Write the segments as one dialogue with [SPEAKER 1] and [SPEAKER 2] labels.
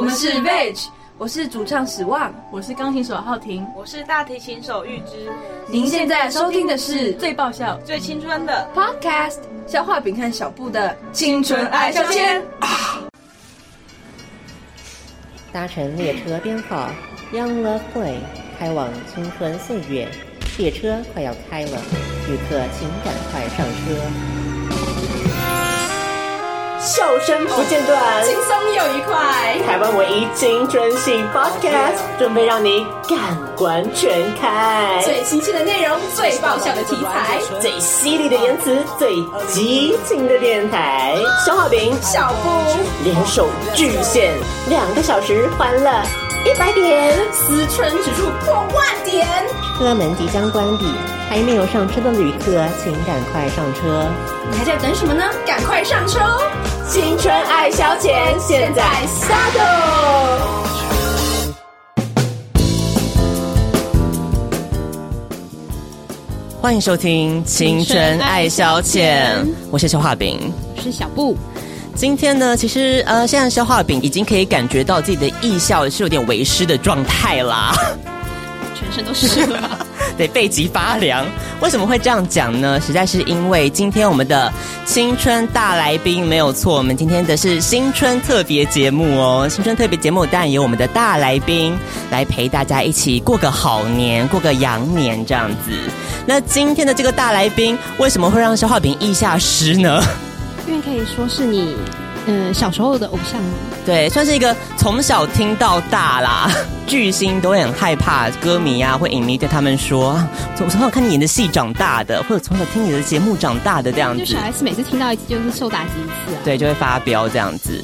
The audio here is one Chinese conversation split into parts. [SPEAKER 1] 们是 Veg，我是主唱史旺。
[SPEAKER 2] 我是钢琴手浩婷，
[SPEAKER 3] 我是大提琴手玉芝，
[SPEAKER 1] 您现在收听的是
[SPEAKER 2] 最爆笑。
[SPEAKER 3] 最青春的
[SPEAKER 1] Podcast 消化饼和小布的青春爱消遣。
[SPEAKER 4] 搭乘列车编号 Young Love Boy 开往青春岁月，列车快要开了，旅客请赶快上车。
[SPEAKER 5] 笑声不间断，
[SPEAKER 3] 轻松又愉快。
[SPEAKER 5] 台湾唯一青春系 Podcast，准备让你感官全开，
[SPEAKER 3] 最新鲜的内容，最爆笑的题材，
[SPEAKER 5] 最犀利的言辞，最激情的电台，小画饼
[SPEAKER 3] 小布
[SPEAKER 5] 联手巨献两个小时，欢乐一百点。
[SPEAKER 3] 思春指数破万点，
[SPEAKER 4] 车门即将关闭，还没有上车的旅客请赶快上车。
[SPEAKER 3] 你还在等什么呢？赶快上车哦！
[SPEAKER 5] 青春爱消遣，现在 s t a
[SPEAKER 4] 欢迎收听《青春爱消遣》，我是消化饼，
[SPEAKER 2] 是小布，
[SPEAKER 4] 今天呢，其实呃，现在消化饼已经可以感觉到自己的意笑是有点为师的状态啦，
[SPEAKER 2] 全身都是了。
[SPEAKER 4] 对，背脊发凉。为什么会这样讲呢？实在是因为今天我们的青春大来宾没有错，我们今天的是新春特别节目哦。新春特别节目当然有我们的大来宾来陪大家一起过个好年，过个羊年这样子。那今天的这个大来宾为什么会让消化饼意下诗呢？
[SPEAKER 2] 因为可以说是你，呃，小时候的偶像。
[SPEAKER 4] 对，算是一个从小听到大啦， 巨星都会很害怕歌迷啊或影迷对他们说，啊我从小看你演的戏长大的，或者从小听你的节目长大的这样
[SPEAKER 2] 就
[SPEAKER 4] 子
[SPEAKER 2] 小，孩子每次听到一次就是受打击一次啊。
[SPEAKER 4] 对，就会发飙这样子。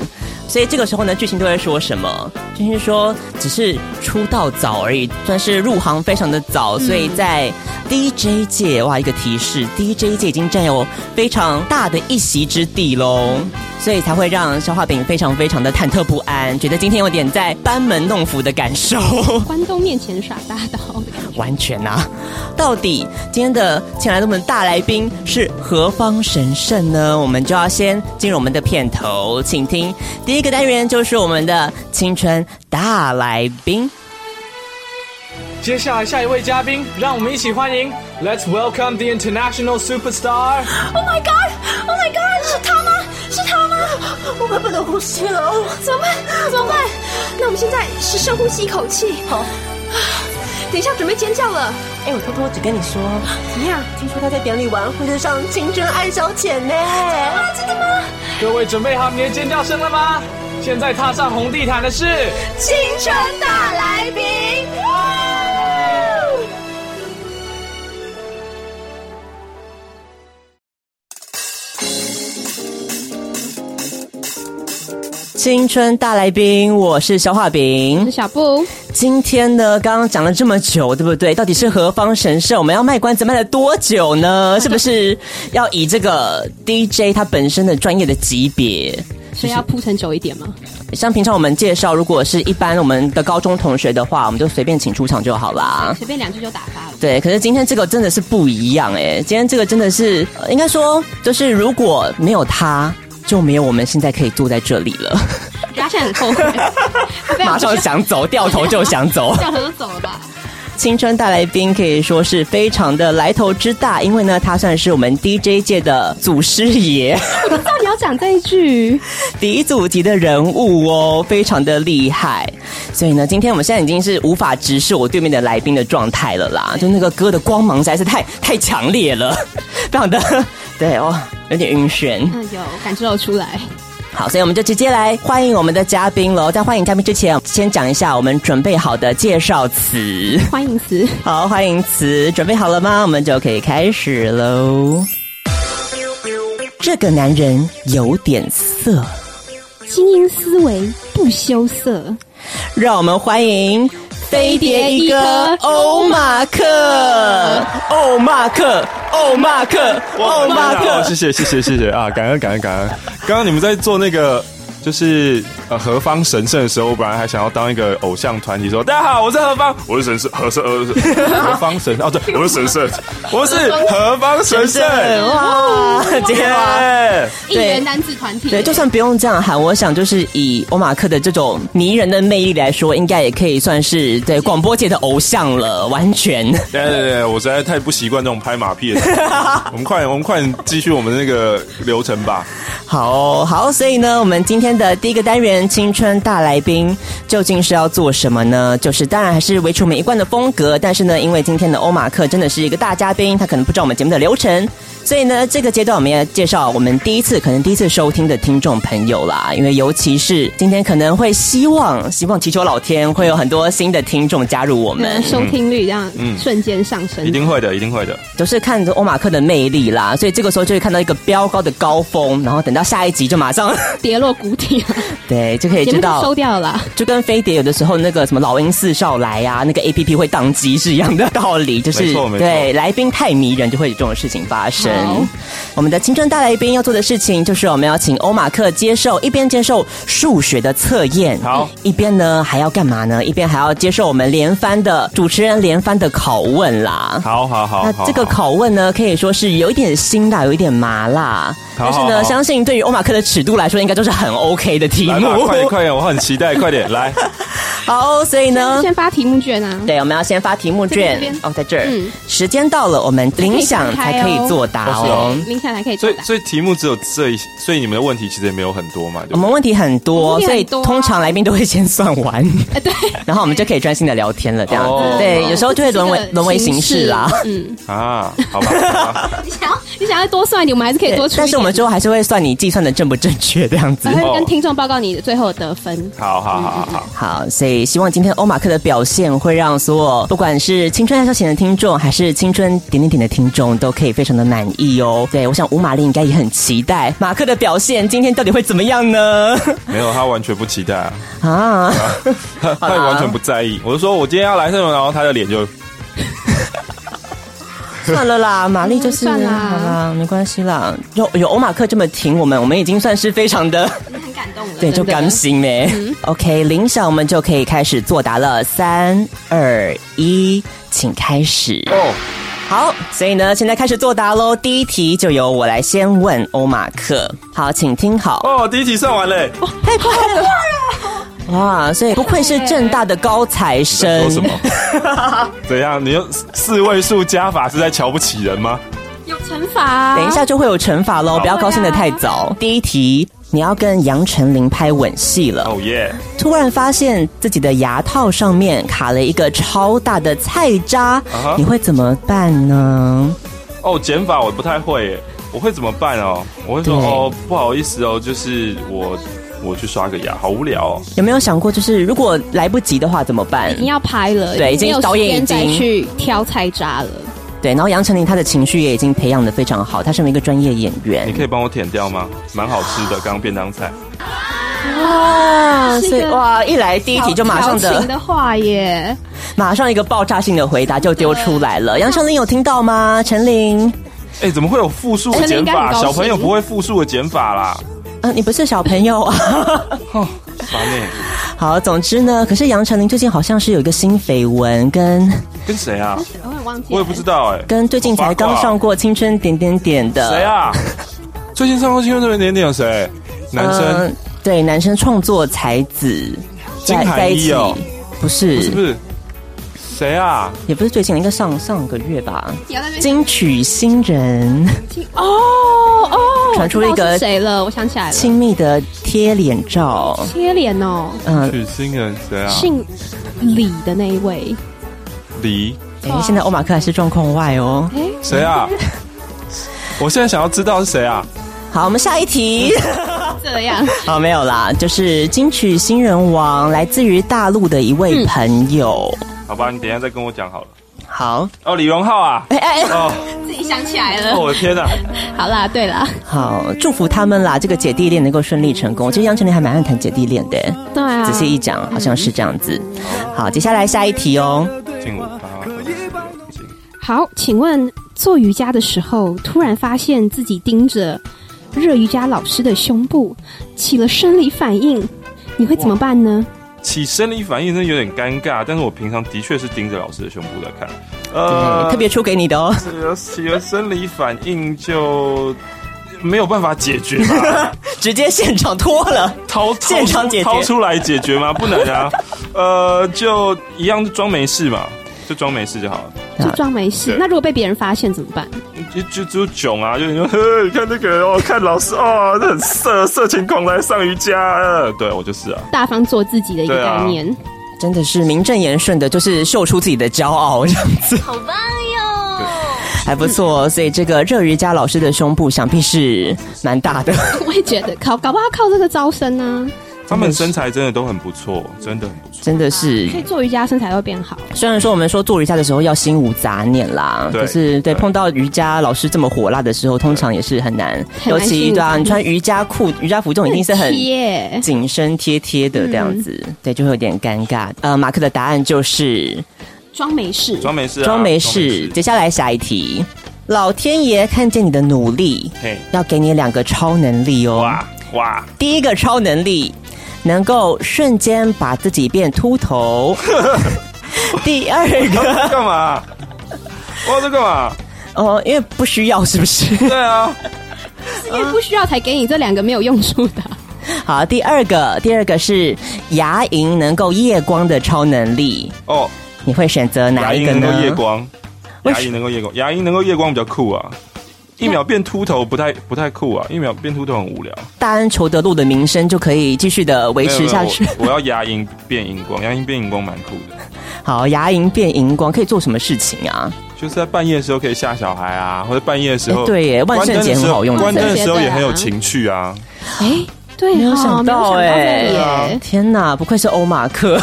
[SPEAKER 4] 所以这个时候呢，巨星都会说什么？巨星说只是出道早而已，算是入行非常的早，所以在 DJ 界哇，一个提示，DJ 界已经占有非常大的一席之地喽，所以才会让消化饼非常非常的忐忑不安，觉得今天有点在班门弄斧的感受。
[SPEAKER 2] 关东面前耍大刀的感 觉。
[SPEAKER 4] 完全啊！到底今天的请来的我们大来宾是何方神圣呢？我们就要先进入我们的片头，请听第一个单元就是我们的青春大来宾。
[SPEAKER 6] 接下来下一位嘉宾，让我们一起欢迎，Let's welcome the international superstar。
[SPEAKER 3] Oh my god! Oh my god! 是他吗？是他吗？我快不能呼吸了，怎么办？怎么办？那我们现在是深呼吸一口气。好，等一下准备尖叫了。
[SPEAKER 5] 哎，我偷偷只跟你说，
[SPEAKER 3] 怎么样？
[SPEAKER 5] 听说他在典礼完会是上青春爱消遣呢。
[SPEAKER 3] 啊，真的吗？
[SPEAKER 6] 各位准备好你的尖叫声了吗？现在踏上红地毯的是，
[SPEAKER 3] 青春大来宾。
[SPEAKER 4] 青春大来宾，我是小画
[SPEAKER 2] 我
[SPEAKER 4] 饼
[SPEAKER 2] 是。小布，
[SPEAKER 4] 今天呢，刚刚讲了这么久，对不对？到底是何方神圣？我们要卖关子卖了多久呢？是不是要以这个 DJ 他本身的专业的级别？
[SPEAKER 2] 所以要铺陈久一点嘛。
[SPEAKER 4] 像平常我们介绍，如果是一般我们的高中同学的话，我们就随便请出场就好啦。
[SPEAKER 2] 随便两句就打发了。
[SPEAKER 4] 对，可是今天这个真的是不一样哎、今天这个真的是，呃应该说就是如果没有他，就没有我们现在可以坐在这里了。
[SPEAKER 2] 他现在很 后悔，他非常
[SPEAKER 4] 马上想走，掉头就想 走。
[SPEAKER 2] 掉头就走了吧。
[SPEAKER 4] 青春大来宾可以说是非常的来头之大，因为呢，他算是我们 DJ 界的祖师爷。
[SPEAKER 2] 我知道你要讲这一句，
[SPEAKER 4] 鼻祖级的人物哦，非常的厉害。所以呢，今天我们现在已经是无法直视我对面的来宾的状态了啦，就那个歌的光芒实在是太太强烈了， 非常的对哦，有点晕眩。
[SPEAKER 2] 嗯，有感知到出来。
[SPEAKER 4] 好，所以我们就直接来欢迎我们的嘉宾喽。在欢迎嘉宾之前，先讲一下我们准备好的介绍词。
[SPEAKER 2] 欢迎词，
[SPEAKER 4] 好，欢迎词准备好了吗？我们就可以开始喽。这个男人有点色。
[SPEAKER 2] 精英思维不羞涩。
[SPEAKER 4] 让我们欢迎飞碟一哥欧马克，欧马克，欧马克，欧马
[SPEAKER 7] 好
[SPEAKER 4] 克
[SPEAKER 7] 谢。谢谢谢谢谢啊！感恩感恩感恩！刚刚你们在做那个就是呃何方神圣的时候，我本来还想要当一个偶像团体，说大家好，我是何方，我是神圣，何是何是何方神哦，对，我是神圣，我是何方神圣，
[SPEAKER 4] 啊哇，今天
[SPEAKER 7] 耶！
[SPEAKER 2] 一元哦单字团体，
[SPEAKER 4] 对，就算不用这样喊，我想就是以欧马克的这种迷人的魅力来说，应该也可以算是对广播界的偶像了，完全。
[SPEAKER 7] 对对对，我实在太不习惯这种拍马屁了。我们快点，我们快点继续我们的那个流程吧。
[SPEAKER 4] 好哦、好，所以呢，我们今天的第一个单元《青春大来宾》究竟是要做什么呢？就是当然还是维持我们一贯的风格，但是呢，因为今天的欧马克真的是一个大嘉宾，他可能不知道我们节目的流程，所以呢，这个阶段我们要介绍我们第一次可能第一次收听的听众朋友啦，因为尤其是今天可能会希望希望祈求老天会有很多新的听众加入我们，
[SPEAKER 2] 呃收听率这样
[SPEAKER 4] 嗯
[SPEAKER 2] 瞬间上升
[SPEAKER 7] 一。定会的，一定会的。
[SPEAKER 4] 都是看着欧马克的魅力啦，所以这个时候就会看到一个飙高的高峰，然后等到下一集就马上
[SPEAKER 2] 跌落谷底了，
[SPEAKER 4] 对就可以
[SPEAKER 2] 节
[SPEAKER 4] 知
[SPEAKER 2] 目都
[SPEAKER 4] 道
[SPEAKER 2] 收掉了啦。
[SPEAKER 4] 就跟飞碟有的时候那个什么老鹰四少来呀、那个 A P P 会宕机是一样的道理，就是
[SPEAKER 7] 没错没错
[SPEAKER 4] 对来宾太迷人就会有这种事情发生
[SPEAKER 2] 好。
[SPEAKER 4] 我们的青春大来宾要做的事情就是我们要请欧马克接受一边接受数学的测验，
[SPEAKER 7] 好，
[SPEAKER 4] 一边呢还要干嘛呢？一边还要接受我们连番的主持人连番的拷问啦。
[SPEAKER 7] 好好好，
[SPEAKER 4] 那
[SPEAKER 7] 好
[SPEAKER 4] 这个拷
[SPEAKER 7] 好
[SPEAKER 4] 问呢，可以说是有一点辛辣，有一点麻辣，
[SPEAKER 7] 好
[SPEAKER 4] 但是
[SPEAKER 7] 好好
[SPEAKER 4] 呢，相信对于欧马克的尺度来说，应该都是很 OK 的题
[SPEAKER 7] 来吧，
[SPEAKER 4] 目。
[SPEAKER 7] 快点快点，我很期待，快点来。
[SPEAKER 4] 好，所以呢，
[SPEAKER 2] 先发题目卷啊，
[SPEAKER 4] 对，我们要先发题目
[SPEAKER 2] 这
[SPEAKER 4] 卷
[SPEAKER 2] 边这边
[SPEAKER 4] 哦，在这儿。
[SPEAKER 2] 嗯
[SPEAKER 4] 时间到了，我们铃响才可以作答
[SPEAKER 7] 哦是
[SPEAKER 4] 哦
[SPEAKER 7] 哦。
[SPEAKER 2] 林下来可以
[SPEAKER 7] 所
[SPEAKER 2] 作
[SPEAKER 7] 以
[SPEAKER 2] 答。
[SPEAKER 7] 所以题目只有这一，所以你们的问题其实也没有很多嘛，对
[SPEAKER 4] 我
[SPEAKER 7] 吧？
[SPEAKER 4] 们问题很多，
[SPEAKER 2] 问题
[SPEAKER 4] 所以
[SPEAKER 2] 很多啊
[SPEAKER 4] 通常来宾都会先算 完，
[SPEAKER 2] 哎，对，
[SPEAKER 4] 然后我们就可以专心的聊天了。这样子
[SPEAKER 7] 哦
[SPEAKER 4] 对，有时候就会沦为沦为形式啦。
[SPEAKER 2] 嗯，
[SPEAKER 7] 啊，好吧，好吧
[SPEAKER 2] 你想要你想要多算一点，我们还是可以多出一点。
[SPEAKER 4] 但是我们之后还是会算你计算的正不正确这样子
[SPEAKER 2] 我。会
[SPEAKER 7] 哦
[SPEAKER 2] 跟听众报告你的最后得分。
[SPEAKER 7] 好好好好 好。
[SPEAKER 4] 好，所以希望今天欧马克的表现会让所有不管是青春爱消遣的听众，还是青春点点点的听众，都可以非常的满意哦。对，我想吴玛丽应该也很期待马克的表现，今天到底会怎么样呢？
[SPEAKER 7] 没有，他完全不期待啊，
[SPEAKER 4] 啊，
[SPEAKER 7] 他他也完全不在意。我就说我今天要来什么，然后他的脸就
[SPEAKER 4] 算了 啦，玛丽就是、
[SPEAKER 2] 嗯算啦
[SPEAKER 4] 好啦，没关系啦。有有欧马克这么挺我们，我们已经算是非常的，
[SPEAKER 2] 很感动了， 嗯
[SPEAKER 4] 对，就甘心呢。OK，铃响我们就可以开始作答了，三二一，请开始。
[SPEAKER 7] 哦，
[SPEAKER 4] 好，所以呢，现在开始作答喽。第一题就由我来先问欧马克。好，请听好。
[SPEAKER 7] 哦，第一题算完嘞，
[SPEAKER 4] 太快了，哇！所以不愧是正大的高材生。
[SPEAKER 7] 说什么？怎样？你用四四位数加法是在瞧不起人吗？
[SPEAKER 2] 有惩罚啊。
[SPEAKER 4] 等一下就会有惩罚喽，不要高兴的太早。第一题，你要跟杨丞琳拍吻戏了，
[SPEAKER 7] 哦耶！
[SPEAKER 4] 突然发现自己的牙套上面卡了一个超大的菜渣
[SPEAKER 7] 哈
[SPEAKER 4] 你会怎么办呢？
[SPEAKER 7] 哦，减法我不太会耶，我会怎么办哦？我会说
[SPEAKER 4] 对
[SPEAKER 7] 哦，不好意思哦，就是我我去刷个牙，好无聊哦。
[SPEAKER 4] 有没有想过，就是如果来不及的话怎么办
[SPEAKER 2] 已？经要拍了，
[SPEAKER 4] 对已经
[SPEAKER 2] 没有
[SPEAKER 4] 导演
[SPEAKER 2] 时间
[SPEAKER 4] 已经
[SPEAKER 2] 再去挑菜渣了。
[SPEAKER 4] 对，然后杨丞琳她的情绪也已经培养的非常好，她身为一个专业演员
[SPEAKER 7] 你，可以帮我舔掉吗？蛮好吃的，刚刚便当菜。
[SPEAKER 4] 哇，
[SPEAKER 2] 是一
[SPEAKER 4] 所以
[SPEAKER 2] 个
[SPEAKER 4] 哇，一来第一题就马上
[SPEAKER 2] 啊调
[SPEAKER 4] 的
[SPEAKER 2] 情的话耶，
[SPEAKER 4] 马上一个爆炸性的回答就丢出来了。杨丞琳有听到吗？陈琳，
[SPEAKER 7] 哎、怎么会有复数的
[SPEAKER 2] 陈琳
[SPEAKER 7] 减
[SPEAKER 2] 应该很
[SPEAKER 7] 法？
[SPEAKER 2] 高兴
[SPEAKER 7] 小朋友不会复数的减法 啦，
[SPEAKER 4] 啊，你不是小朋友啊？
[SPEAKER 7] 烦哎、
[SPEAKER 4] 好，总之呢，可是杨丞琳最近好像是有一个新绯闻，跟
[SPEAKER 7] 跟谁 啊？
[SPEAKER 2] 我也忘记
[SPEAKER 7] 我也不知道哎、
[SPEAKER 4] 跟最近才刚上过《青春点点点》的
[SPEAKER 7] 谁？啊？最近上过《青春热点点》有
[SPEAKER 4] 呃
[SPEAKER 7] 谁？男生、
[SPEAKER 4] 嗯对，男生创作才子
[SPEAKER 7] 金海一哦
[SPEAKER 4] 不是，
[SPEAKER 7] 是不是？谁啊？
[SPEAKER 4] 也不是最近，应该上上个月吧。
[SPEAKER 2] 聊到这边
[SPEAKER 4] 金曲新人，
[SPEAKER 2] 哦哦，
[SPEAKER 4] 传出了一个
[SPEAKER 2] 我知道是谁了？我想起来了，
[SPEAKER 4] 亲密的贴脸照，
[SPEAKER 2] 贴脸哦，
[SPEAKER 4] 嗯，
[SPEAKER 7] 许新人谁啊？
[SPEAKER 2] 姓李的那一位，
[SPEAKER 7] 黎
[SPEAKER 4] 哎、现在欧马克还是状况外哦。
[SPEAKER 7] 谁 啊？我现在想要知道是谁啊？
[SPEAKER 4] 好，我们下一 题。
[SPEAKER 2] 这样
[SPEAKER 4] 好，没有啦，就是金曲新人王，来自于大陆的一位朋友。
[SPEAKER 7] 好吧，你等一下再跟我讲好了。
[SPEAKER 4] 好，
[SPEAKER 7] 哦，李荣浩啊！
[SPEAKER 4] 哎哎，哎
[SPEAKER 7] 哦，
[SPEAKER 2] 自己想起来
[SPEAKER 7] 哦
[SPEAKER 2] 了。
[SPEAKER 7] 我的天 哪、
[SPEAKER 2] 好啦，对啦，
[SPEAKER 4] 好，祝福他们啦，这个姐弟恋能够顺利成功。其实杨丞琳还蛮爱谈姐弟恋的，
[SPEAKER 2] 对啊，
[SPEAKER 4] 仔细一讲，好像是这样子。好，接下来下一题哦。
[SPEAKER 7] 进五八二四六
[SPEAKER 2] 好，请问做瑜伽的时候，突然发现自己盯着热瑜伽老师的胸部，起了生理反应，你会怎么办呢？
[SPEAKER 7] 起生理反应真的有点尴尬，但是我平常的确是盯着老师的胸部在看。
[SPEAKER 4] 对，
[SPEAKER 2] 啊
[SPEAKER 7] 呃，
[SPEAKER 4] 哎特别出给你 的哦。
[SPEAKER 7] 起了起了生理反应就没有办法解决 吧？
[SPEAKER 4] 直接现场脱了，
[SPEAKER 7] 掏掏
[SPEAKER 4] 现场解决
[SPEAKER 7] 掏出来解决吗？不能 啊。呃，就一样装没事嘛，就装没事就好了。
[SPEAKER 2] 就装没事
[SPEAKER 4] 啊
[SPEAKER 7] 对。
[SPEAKER 2] 那如果被别人发现怎么办？
[SPEAKER 7] 就就就囧啊，就你说，呵，你看那个人哦，看老师哦，那很色色情狂来上瑜伽，呃对我就是啊，
[SPEAKER 2] 大方做自己的一个
[SPEAKER 7] 对啊
[SPEAKER 2] 概念。
[SPEAKER 4] 真的是名正言顺的，就是秀出自己的骄傲，这样子
[SPEAKER 8] 好棒哟！
[SPEAKER 4] 还不错。所以这个热瑜伽老师的胸部想必是蛮大的。
[SPEAKER 2] 我也觉得靠，搞不好靠这个招生呢、啊
[SPEAKER 7] 他们身材真的都很不错，真的很不错。
[SPEAKER 4] 真的 是
[SPEAKER 2] 可以做瑜伽，身材会变好。
[SPEAKER 4] 虽然说我们说做瑜伽的时候要心无杂念啦，
[SPEAKER 7] 对
[SPEAKER 4] 就是对
[SPEAKER 7] 对
[SPEAKER 4] 碰到瑜伽老师这么火辣的时候，通常也是很难，
[SPEAKER 2] 很
[SPEAKER 4] 尤
[SPEAKER 2] 难
[SPEAKER 4] 其
[SPEAKER 2] 心无
[SPEAKER 4] 对啊，
[SPEAKER 2] 杂
[SPEAKER 4] 你
[SPEAKER 2] 念
[SPEAKER 4] 穿瑜伽裤、瑜伽服这种一定是很
[SPEAKER 2] 贴，嗯
[SPEAKER 4] 紧身贴贴的这样子，对，就会有点尴尬。呃，马克的答案就是
[SPEAKER 2] 装没事。
[SPEAKER 7] 装没事、啊，
[SPEAKER 4] 装没事。接下来下一题，老天爷看见你的努力，
[SPEAKER 7] 嘿，
[SPEAKER 4] 要给你两个超能力哦。
[SPEAKER 7] 哇哇，
[SPEAKER 4] 第一个超能力，能够瞬间把自己变秃头。 第二个，
[SPEAKER 7] 干嘛？哇，这干嘛？
[SPEAKER 4] 哦，因为不需要，是不是？
[SPEAKER 7] 对啊，
[SPEAKER 2] 因为不需要才给你这两个没有用处的。
[SPEAKER 4] 好，第二个，第二个是牙龈能够夜光的超能力，
[SPEAKER 7] 哦，
[SPEAKER 4] 你会选择哪
[SPEAKER 7] 牙
[SPEAKER 4] 一
[SPEAKER 7] 龈
[SPEAKER 4] 个
[SPEAKER 7] 能够
[SPEAKER 4] 呢？
[SPEAKER 7] 夜光，
[SPEAKER 4] 为
[SPEAKER 7] 牙
[SPEAKER 4] 什
[SPEAKER 7] 龈能够夜光，牙龈能够夜光比较酷啊。一秒变秃头不太不太酷啊，一秒变秃头很无聊。
[SPEAKER 4] 大安裘德路的名声就可以继续的维持下去
[SPEAKER 7] 没。有没有我我要牙龈变荧光，牙龈变荧光蛮酷的。
[SPEAKER 4] 好，牙龈变荧光可以做什么事情啊？
[SPEAKER 7] 就是在半夜的时候可以吓小孩啊，或者半夜的时候，
[SPEAKER 4] 哎对耶万圣节很好用
[SPEAKER 7] 关灯的时
[SPEAKER 2] 万圣节
[SPEAKER 7] 候
[SPEAKER 2] 对啊
[SPEAKER 7] 也很有情趣啊。
[SPEAKER 2] 哎、对、哦，
[SPEAKER 4] 没有想到
[SPEAKER 2] 没有想
[SPEAKER 4] 哎
[SPEAKER 2] 这里耶
[SPEAKER 4] 天哪，不愧是欧马克，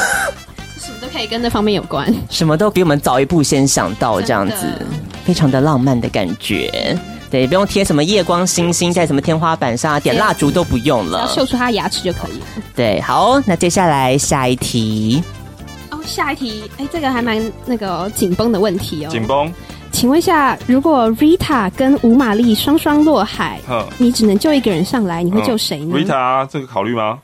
[SPEAKER 2] 什么都可以跟那方面有关。
[SPEAKER 4] 什么都比我们早一步先想到，这样子
[SPEAKER 2] 真的，
[SPEAKER 4] 非常的浪漫的感觉。对，不用贴什么夜光星星在什么天花板上啊，点蜡烛都不用
[SPEAKER 2] 只要
[SPEAKER 4] 了。
[SPEAKER 2] 秀出他的牙齿就可以了。
[SPEAKER 4] 对，好，那接下来下一题。
[SPEAKER 2] 哦，下一题，哎、这个还蛮那个哦紧绷的问题哦。
[SPEAKER 7] 紧绷，
[SPEAKER 2] 请问一下，如果 Rita 跟吴玛丽双双落海
[SPEAKER 7] 哼，
[SPEAKER 2] 你只能救一个人上来，你会
[SPEAKER 7] 嗯
[SPEAKER 2] 救谁呢？
[SPEAKER 7] ？Rita，啊这个考虑吗？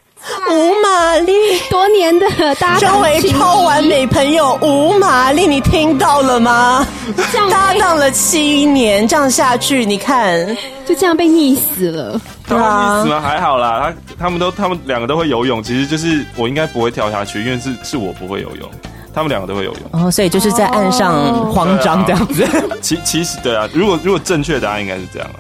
[SPEAKER 4] 吴玛丽，
[SPEAKER 2] 多年的搭
[SPEAKER 4] 身
[SPEAKER 2] 档
[SPEAKER 4] 为
[SPEAKER 2] 情谊
[SPEAKER 4] 超完美朋友吴玛丽，你听到了吗？
[SPEAKER 2] 哦
[SPEAKER 4] 搭档了七年，这样下去，你看，
[SPEAKER 2] 就这样被溺死 了。
[SPEAKER 7] 他会溺死吗？还好啦，他他们都他们两个都会游泳，其实就是我应该不会跳下去，因为是是我不会游泳，他们两个都会游泳。
[SPEAKER 4] 哦，所以就是在岸
[SPEAKER 2] 哦
[SPEAKER 4] 上慌张这样子。
[SPEAKER 7] 其其实对啊，如果如果正确答案应该是这样啊。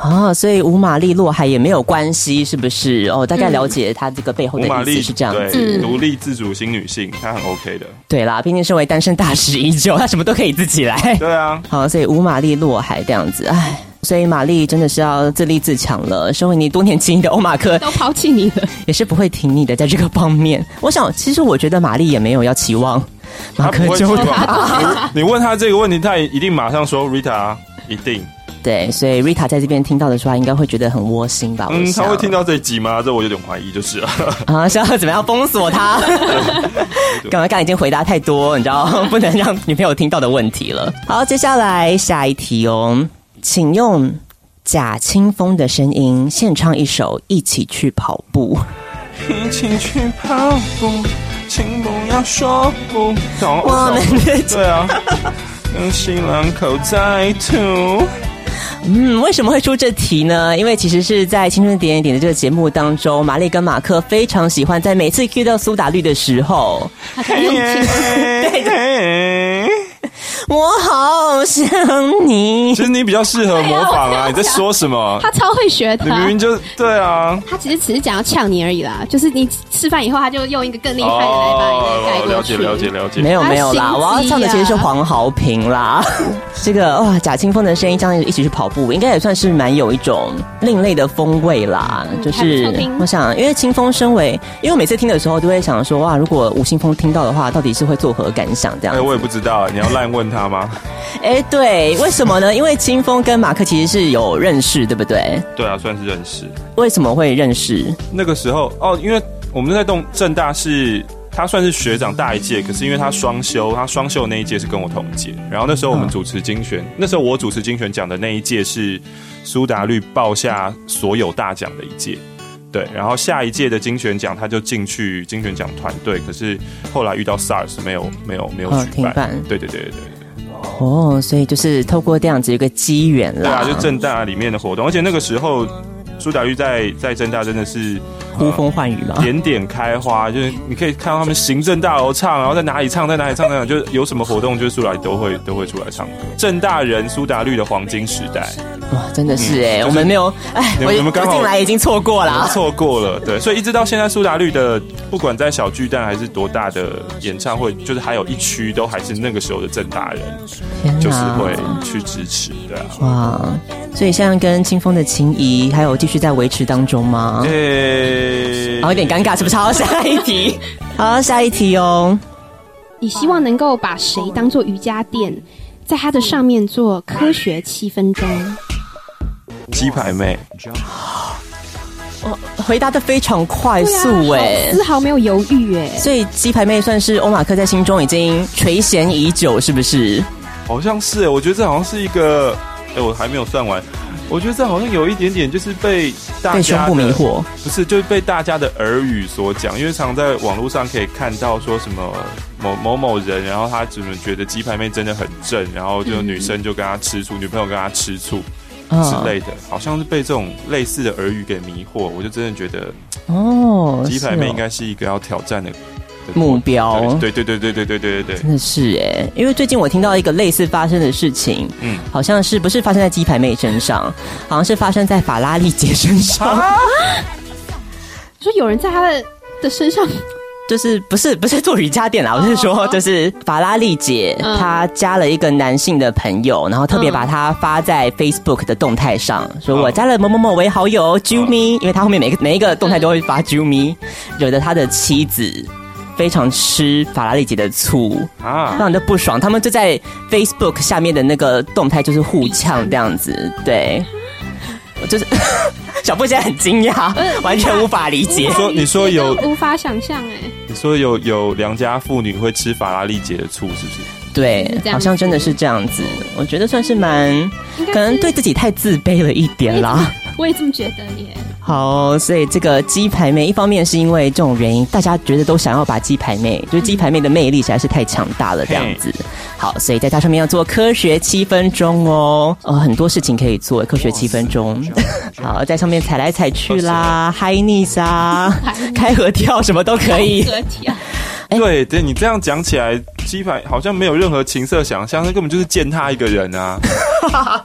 [SPEAKER 4] 哦，所以吴玛丽落海也没有关系，是不是？哦，大概了解她这个背后
[SPEAKER 7] 吴
[SPEAKER 4] 的
[SPEAKER 7] 玛
[SPEAKER 4] 意
[SPEAKER 7] 丽
[SPEAKER 4] 思是这样子。
[SPEAKER 7] 对，独立自主型女性，她很 OK 的。
[SPEAKER 4] 对啦，毕竟身为单身大使已久，她什么都可以自己 来。
[SPEAKER 7] 对啊，
[SPEAKER 4] 好，所以吴玛丽落海这样子，唉。所以玛丽真的是要自立自强了。身为你多年轻的欧马克，
[SPEAKER 2] 都抛弃你了，
[SPEAKER 4] 也是不会挺你的，在这个方面，我想，其实我觉得玛丽也没有要期望马
[SPEAKER 7] 她
[SPEAKER 4] 克
[SPEAKER 7] 不会
[SPEAKER 4] 就
[SPEAKER 7] 希望你你问她这个问题，她也一定马上说 Rita，啊一定。
[SPEAKER 4] 对，所以 Rita 在这边听到的时候，她应该会觉得很窝心啊吧？
[SPEAKER 7] 嗯，他会听
[SPEAKER 4] 到
[SPEAKER 7] 到这一集吗？这我有点怀疑，就是了。
[SPEAKER 4] 啊，想要怎么样封锁 他？ 刚刚刚已经回答太多，你知道， 不能让女朋友听到的问题了。好，接下来下一题哦，请用假清风的声音献唱一首《一起去跑步》。
[SPEAKER 7] 一起去跑步，请不要说不。懂
[SPEAKER 4] 我们的
[SPEAKER 7] 对啊，用新郎口在吐。
[SPEAKER 4] 嗯，为什么会出这题呢？因为其实是在《青春点点点》的这个节目当中，玛丽跟马克非常喜欢在每次 Q 到苏打绿的时候，
[SPEAKER 2] 他才用情。
[SPEAKER 7] 对对。
[SPEAKER 4] 我好想你
[SPEAKER 7] 其。实你比较适合模仿 啊！
[SPEAKER 2] 对啊我
[SPEAKER 7] 你在说什么？
[SPEAKER 2] 他超会学的
[SPEAKER 7] 你，明明就对啊。
[SPEAKER 2] 他其实只是想要呛你而已啦。就是你吃饭以后，他就用一个更厉害的来把你
[SPEAKER 7] 哦，
[SPEAKER 2] 给盖
[SPEAKER 7] 了
[SPEAKER 2] 过
[SPEAKER 7] 解
[SPEAKER 2] 去。
[SPEAKER 7] 了解了解。
[SPEAKER 4] 没有没有啦，
[SPEAKER 2] 他心机啊
[SPEAKER 4] 我要唱的其实是黄豪平啦。 这个哇，贾清风的声音这样一起去跑步，应该也算是蛮有一种另类的风味啦。就
[SPEAKER 2] 嗯还
[SPEAKER 4] 是
[SPEAKER 2] 不错听
[SPEAKER 4] 我想，因为清风身为，因为我每次听的时候都会想说，哇，如果吴青峰听到的话，到底是会作何感想？这样
[SPEAKER 7] 哎，我也不知道，你要烂问他吗？
[SPEAKER 4] 哎，对，为什么呢？因为清风跟马克其实是有认识，对不对？
[SPEAKER 7] 对啊，算是认识。
[SPEAKER 4] 为什么会认识？
[SPEAKER 7] 那个时候哦，因为我们在动正大是他算是学长大一届，可是因为他双修，他双修的那一届是跟我同届。然后那
[SPEAKER 4] 嗯
[SPEAKER 7] 时候我们主持精选，那时候我主持精选奖的那一届是苏打绿报下所有大奖的一届。对，然后下一届的金选奖，他就进去金选奖团队，可是后来遇到 SARS，没有没有没有
[SPEAKER 4] 哦
[SPEAKER 7] 举
[SPEAKER 4] 停
[SPEAKER 7] 办。
[SPEAKER 4] 办
[SPEAKER 7] 对对对对对。
[SPEAKER 4] 哦，所以就是透过这样子一个机缘
[SPEAKER 7] 对
[SPEAKER 4] 啦，
[SPEAKER 7] 啊，就正大里面的活动，而且那个时候苏打绿在在正大真的是
[SPEAKER 4] 呼风唤雨 嘛。
[SPEAKER 7] 点点开花，就是你可以看到他们行政大楼唱，然后在哪里唱，在哪里唱，在哪里就是有什么活动，就是苏打绿都会都会出来唱歌。正大人苏打绿的黄金时 代，
[SPEAKER 4] 哇，真的是哎、
[SPEAKER 7] 嗯就是
[SPEAKER 4] 我们没有哎，
[SPEAKER 7] 你
[SPEAKER 4] 我
[SPEAKER 7] 们你们刚好
[SPEAKER 4] 我进来已经错过了。
[SPEAKER 7] 错过了，对，所以一直到现在，苏打绿的不管在小巨蛋还是多大的演唱会，就是还有一区都还是那个时候的正大 人，
[SPEAKER 4] 天哪
[SPEAKER 7] 就是会去支持，对啊。
[SPEAKER 4] 哇，所以现在跟清风的情谊还有继续在维持当中吗？
[SPEAKER 7] 诶、
[SPEAKER 4] 好，有点尴尬，是不是？好，下一 题。好，下一题哦。
[SPEAKER 2] 你希望能够把谁当做瑜伽垫，在它的上面做科学七分钟？
[SPEAKER 4] 啊
[SPEAKER 7] 鸡排妹，
[SPEAKER 4] 回答的非常快速哎、
[SPEAKER 2] 对啊丝毫没有犹豫哎、
[SPEAKER 4] 所以鸡排妹算是欧马克在心中已经垂涎已久，是不是？
[SPEAKER 7] 好像是耶，我觉得这好像是一个，哎、我还没有算完。我觉得这好像有一点点，就是被大
[SPEAKER 4] 被胸
[SPEAKER 7] 家
[SPEAKER 4] 部
[SPEAKER 7] 的
[SPEAKER 4] 迷惑，
[SPEAKER 7] 不是，就是被大家的耳语所讲。因为常在网络上可以看到说什么某某某人，然后他怎么觉得鸡排妹真的很正，然后就女生就跟他吃醋，女朋友跟他吃醋之
[SPEAKER 4] 啊
[SPEAKER 7] 类的，好像是被这种类似的耳语给迷惑。我就真的觉得
[SPEAKER 4] 哦，
[SPEAKER 7] 鸡排妹应
[SPEAKER 4] 是哦哦
[SPEAKER 7] 该是一个要挑战的的
[SPEAKER 4] 目标
[SPEAKER 7] 对对对对对对对对对，
[SPEAKER 4] 真的是哎、因为最近我听到一个类似发生的事情，
[SPEAKER 7] 嗯。
[SPEAKER 4] 好像是不是发生在鸡排妹身上，好像是发生在法拉利姐身上，
[SPEAKER 2] 你说有人在他的的身上，
[SPEAKER 4] 就是不是不是做瑜伽垫啦，我是说就是法拉利姐、
[SPEAKER 2] 嗯
[SPEAKER 4] 她加了一个男性的朋友，然后特别把他发在 Facebook 的动态上，说我加了某某某为好友 j u m i 因为他后面每个每一个动态都会发 j u m i 惹得他的妻子非常吃法拉利姐的醋。
[SPEAKER 7] 啊，
[SPEAKER 4] 让人就不爽，他们就在 Facebook 下面的那个动态就是互呛这样子，对，我就是 小布现在很惊讶，
[SPEAKER 2] 嗯
[SPEAKER 4] 完全无法理解
[SPEAKER 7] 你。说你说有
[SPEAKER 2] 无法想象哎、
[SPEAKER 7] 你说有有良家妇女会吃法拉利姐的醋是不是？
[SPEAKER 4] 对
[SPEAKER 2] 是，这样子
[SPEAKER 4] 好像真的是这样子，我觉得算是蛮，可能对自己太自卑了一点啦。
[SPEAKER 2] 我也这么觉得哎耶。
[SPEAKER 4] 好，所以这个鸡排妹，一方面是因为这种原因，大家觉得都想要把鸡排妹，就是鸡排妹的魅力实在是太强大了，这样子。好，所以在它上面要做科学七分钟哦，呃，很多事情可以做，科学七分钟。 好，在上面踩来踩去啦，嗨腻 啊，开合跳什么都可以。
[SPEAKER 2] 合体啊，
[SPEAKER 4] 哎
[SPEAKER 7] 对，对你这样讲起来，鸡排好像没有任何情色想象，那根本就是践踏一个人 啊！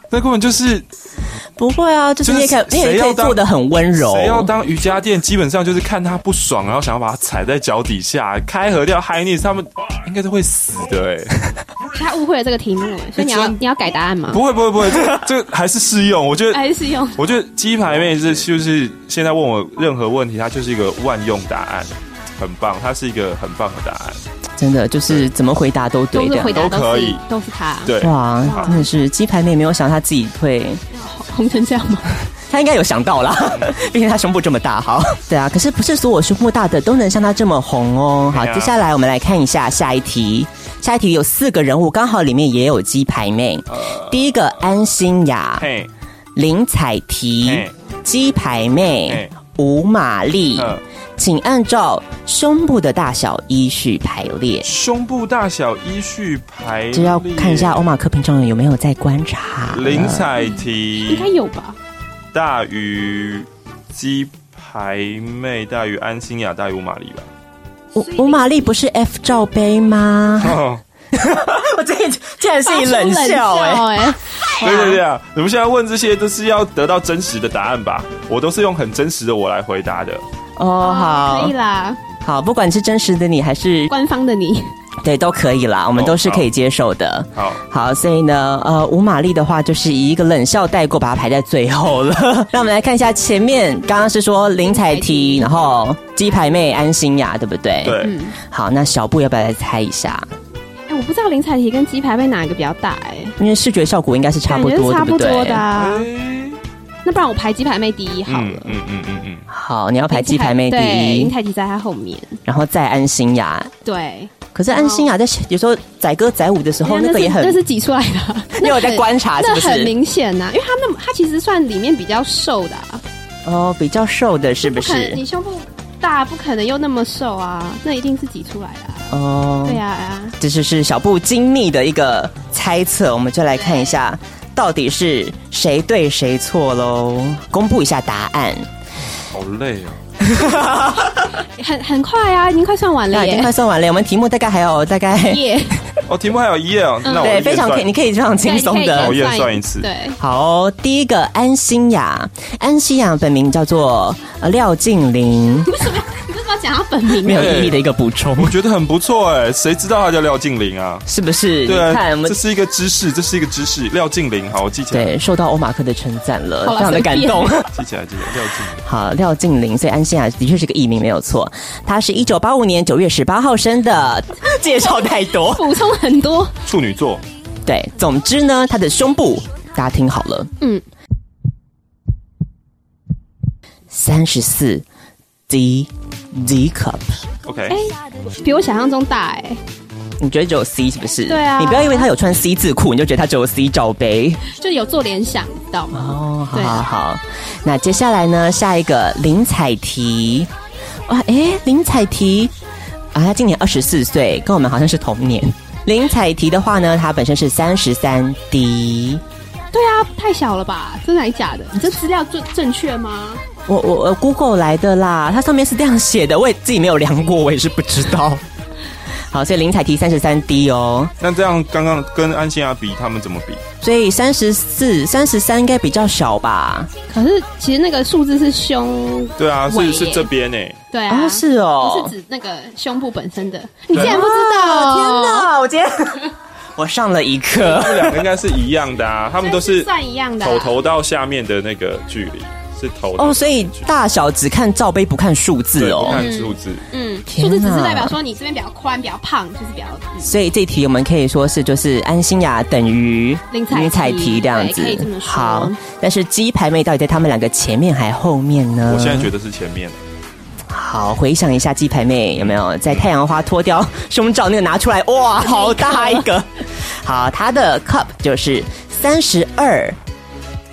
[SPEAKER 7] 那根本就是
[SPEAKER 4] 不会啊，就是你也可以，
[SPEAKER 7] 就是
[SPEAKER 4] 你也
[SPEAKER 7] 谁
[SPEAKER 4] 可
[SPEAKER 7] 要
[SPEAKER 4] 以
[SPEAKER 7] 当
[SPEAKER 4] 做的很温柔。
[SPEAKER 7] 谁要当瑜伽垫，基本上就是看他不爽，然后想要把他踩在脚底下，开合掉嗨腻，他们应该都会死的哎、
[SPEAKER 2] 他误会了这个题目耶，所以你要
[SPEAKER 7] 真
[SPEAKER 2] 你要改答案吗？
[SPEAKER 7] 不会不会不会，这这还是适用，我觉
[SPEAKER 4] 哎
[SPEAKER 7] 得。
[SPEAKER 2] 还是用
[SPEAKER 7] 我觉得鸡排妹这就是现在问我任何问题，它就是一个万用答案，很棒，它是一个很棒的答案。
[SPEAKER 4] 真的就是怎么回答都对
[SPEAKER 2] 都
[SPEAKER 4] 这
[SPEAKER 2] 是
[SPEAKER 4] 样
[SPEAKER 2] 回。答
[SPEAKER 7] 都
[SPEAKER 2] 都
[SPEAKER 7] 可
[SPEAKER 2] 是
[SPEAKER 7] 以
[SPEAKER 2] 都是他，
[SPEAKER 7] 对，
[SPEAKER 4] 哇，真的是鸡排妹没有想到她自己会
[SPEAKER 2] 红成这样吗？
[SPEAKER 4] 他应该有想到啦， 毕竟他胸部这么大，好。对啊，可是不是所有胸部大的都能像他这么红哦。好，
[SPEAKER 7] 对啊
[SPEAKER 4] 接下来我们来看一下下一题。下一题有四个人物，刚好里面也有鸡排妹。第一个安心雅、
[SPEAKER 7] 嘿，
[SPEAKER 4] 林采缇
[SPEAKER 7] 嘿、
[SPEAKER 4] 鸡排妹
[SPEAKER 7] 嘿、
[SPEAKER 4] 吴玛丽
[SPEAKER 7] 嗯，
[SPEAKER 4] 请按照胸部的大小依序排列。
[SPEAKER 7] 胸部大小依序排列，
[SPEAKER 4] 这要看一下欧马克平常有没有在观察。
[SPEAKER 7] 林采
[SPEAKER 2] 应该
[SPEAKER 7] 缇
[SPEAKER 2] 有吧？
[SPEAKER 7] 大于鸡排妹大于安心雅大于吴玛丽 吧？
[SPEAKER 4] 吴吴玛丽不是 F 罩杯吗？
[SPEAKER 7] 哦，
[SPEAKER 4] 我这竟然是以冷
[SPEAKER 2] 冷
[SPEAKER 4] 笑哎、
[SPEAKER 2] 哎，
[SPEAKER 7] 对对对啊！你们现在问这些都是要得到真实的答案吧？我都是用很真实的我来回答的。
[SPEAKER 4] 哦，
[SPEAKER 2] 可
[SPEAKER 4] 好
[SPEAKER 2] 以啦，
[SPEAKER 4] 好，不管是真实的你还是
[SPEAKER 2] 官方的你，
[SPEAKER 4] 对都可以啦，我们
[SPEAKER 7] 哦
[SPEAKER 4] 都是可以接受的。
[SPEAKER 7] 好，
[SPEAKER 4] 好，所以呢，呃，吴玛丽的话就是以一个冷笑带过，把它排在最后了。 让我们来看一下前面，刚刚是说林采缇，然后鸡排妹安心雅，对不对？。
[SPEAKER 7] 对，
[SPEAKER 4] 好，那小布要不要来猜一下？
[SPEAKER 2] 哎，我不知道林采缇跟鸡排妹哪一个比较大哎，
[SPEAKER 4] 因为视觉效果应该是差
[SPEAKER 2] 感
[SPEAKER 4] 不
[SPEAKER 2] 觉
[SPEAKER 4] 多，
[SPEAKER 2] 是差不
[SPEAKER 4] 对
[SPEAKER 2] 多
[SPEAKER 4] 不对
[SPEAKER 2] 的？
[SPEAKER 7] 哎
[SPEAKER 2] 啊。
[SPEAKER 7] 诶
[SPEAKER 2] 那不然我排鸡排妹第一好了。
[SPEAKER 7] 嗯嗯嗯嗯
[SPEAKER 4] 好，你要排鸡排妹第
[SPEAKER 2] 对，林
[SPEAKER 4] 一，
[SPEAKER 2] 采琪在她后面。
[SPEAKER 4] 然后再安心雅。
[SPEAKER 2] 对，
[SPEAKER 4] 可是安心雅在有时候载歌载舞的时候，那
[SPEAKER 2] 哎那
[SPEAKER 4] 个也很
[SPEAKER 2] 那，是挤出来的啊，
[SPEAKER 4] 因为我在
[SPEAKER 2] 很
[SPEAKER 4] 观察是
[SPEAKER 2] 那
[SPEAKER 4] 不
[SPEAKER 2] 很
[SPEAKER 4] 是？
[SPEAKER 2] 明显啊呐、因为她那么她其实算里面比较瘦的、啊，
[SPEAKER 4] 哦，比较瘦的是不
[SPEAKER 2] 可能
[SPEAKER 4] 是？
[SPEAKER 2] 你胸部大，不可能又那么瘦啊，那一定是挤出来的、啊。
[SPEAKER 4] 哦，
[SPEAKER 2] 对啊啊，
[SPEAKER 4] 这就是小布精密的一个猜测，我们就来看一下到底是谁对谁错喽。公布一下答案，
[SPEAKER 7] 好累哦。
[SPEAKER 2] 很很快啊，已经快算完
[SPEAKER 4] 那
[SPEAKER 2] 了
[SPEAKER 4] 已经快
[SPEAKER 2] 耶。
[SPEAKER 4] 算完了，我们题目大概还有大概
[SPEAKER 2] 耶，
[SPEAKER 7] 哦，题目还有一页哦，那
[SPEAKER 4] 嗯
[SPEAKER 7] 我
[SPEAKER 4] 对，非常可以，
[SPEAKER 7] 以。
[SPEAKER 4] 你可以非常轻松
[SPEAKER 2] 对你可以
[SPEAKER 4] 的
[SPEAKER 7] 我
[SPEAKER 2] 跟
[SPEAKER 7] 验算一次
[SPEAKER 2] 对，
[SPEAKER 4] 好，第一个安心雅，安心雅本名叫做呃廖静 玲，
[SPEAKER 2] 你为什么要讲她本名
[SPEAKER 4] 没
[SPEAKER 2] 啊？
[SPEAKER 4] 有意义的一个补充，
[SPEAKER 7] 我觉得很不错哎，谁知道他叫廖静玲啊？
[SPEAKER 4] 是不是？
[SPEAKER 7] 对
[SPEAKER 4] 你看
[SPEAKER 7] 啊
[SPEAKER 4] 我，们
[SPEAKER 7] 这。是一个知识，这是一个知识。廖静玲，好，我记起来，
[SPEAKER 4] 对，受到欧马克的称赞了，
[SPEAKER 2] 好了
[SPEAKER 4] 非常的感
[SPEAKER 2] 随便
[SPEAKER 4] 动。
[SPEAKER 7] 记起来，记起来。廖静玲，
[SPEAKER 4] 好，廖静玲，所以安心雅的确是个艺名，没有错。她是一九八五年九月十八号生的，介绍太多。
[SPEAKER 2] 补充很多，
[SPEAKER 7] 处女座，
[SPEAKER 4] 对，总之呢，她的胸部，大家听好了，
[SPEAKER 2] 嗯，
[SPEAKER 4] 三十四 D D cup，哎
[SPEAKER 7] OK，
[SPEAKER 2] 比我想象中大哎、
[SPEAKER 4] 你觉得只有 C 是不是？
[SPEAKER 2] 对啊
[SPEAKER 4] 你不要因为她有穿 C 字裤，你就觉得她只有 C 罩杯。
[SPEAKER 2] 就有做联想，你知道吗？
[SPEAKER 4] 哦，好
[SPEAKER 2] 对
[SPEAKER 4] 好好。那接下来呢，下一个林采缇，哇，诶，林采缇啊，她今年二十四岁，跟我们好像是同年。林采缇的话呢，她本身是三十三 D。
[SPEAKER 2] 对啊，太小了吧？真的还假的？你这资料正正确吗？
[SPEAKER 4] 我我我 Google 来的啦，它上面是这样写的，我也自己没有量过，我也是不知道。 好，所以林采缇三十三 D 哦，
[SPEAKER 7] 那这样刚刚跟安心亚比，他们怎么比？
[SPEAKER 4] 所以三十四、三十三应该比较小吧？
[SPEAKER 2] 可是其实那个数字是胸，
[SPEAKER 7] 对啊，
[SPEAKER 2] 喂
[SPEAKER 7] 是是这边欸呢。
[SPEAKER 2] 对啊，
[SPEAKER 4] 啊，是哦
[SPEAKER 2] 不，是指那个胸部本身的。你竟然不知道？天哪！
[SPEAKER 4] 啊，我今天我上了一课。
[SPEAKER 7] 他们两个应该是一样 的啊，他们都是
[SPEAKER 2] 算一样的啊
[SPEAKER 7] 头头到下面的那个距离是头
[SPEAKER 4] 哦，所以大小只看罩杯不看数字
[SPEAKER 7] 对不
[SPEAKER 4] 哦。
[SPEAKER 7] 看数字，
[SPEAKER 2] 嗯，
[SPEAKER 4] 天
[SPEAKER 2] 数
[SPEAKER 4] 哪
[SPEAKER 2] 字只是代表说你这边比较宽、比较胖，就是比较嗯
[SPEAKER 4] 所以这题我们可以说是就是安心雅等于
[SPEAKER 2] 林采缇
[SPEAKER 4] 缇这样子
[SPEAKER 2] 对可以这么。说
[SPEAKER 4] 好，但是鸡排妹到底在他们两个前面还后面呢？
[SPEAKER 7] 我现在觉得是前面。
[SPEAKER 4] 好，回想一下鸡排妹有没有在太阳花脱掉胸罩那个拿出来？ 哇，好大一个！好，她的 cup 就是三十二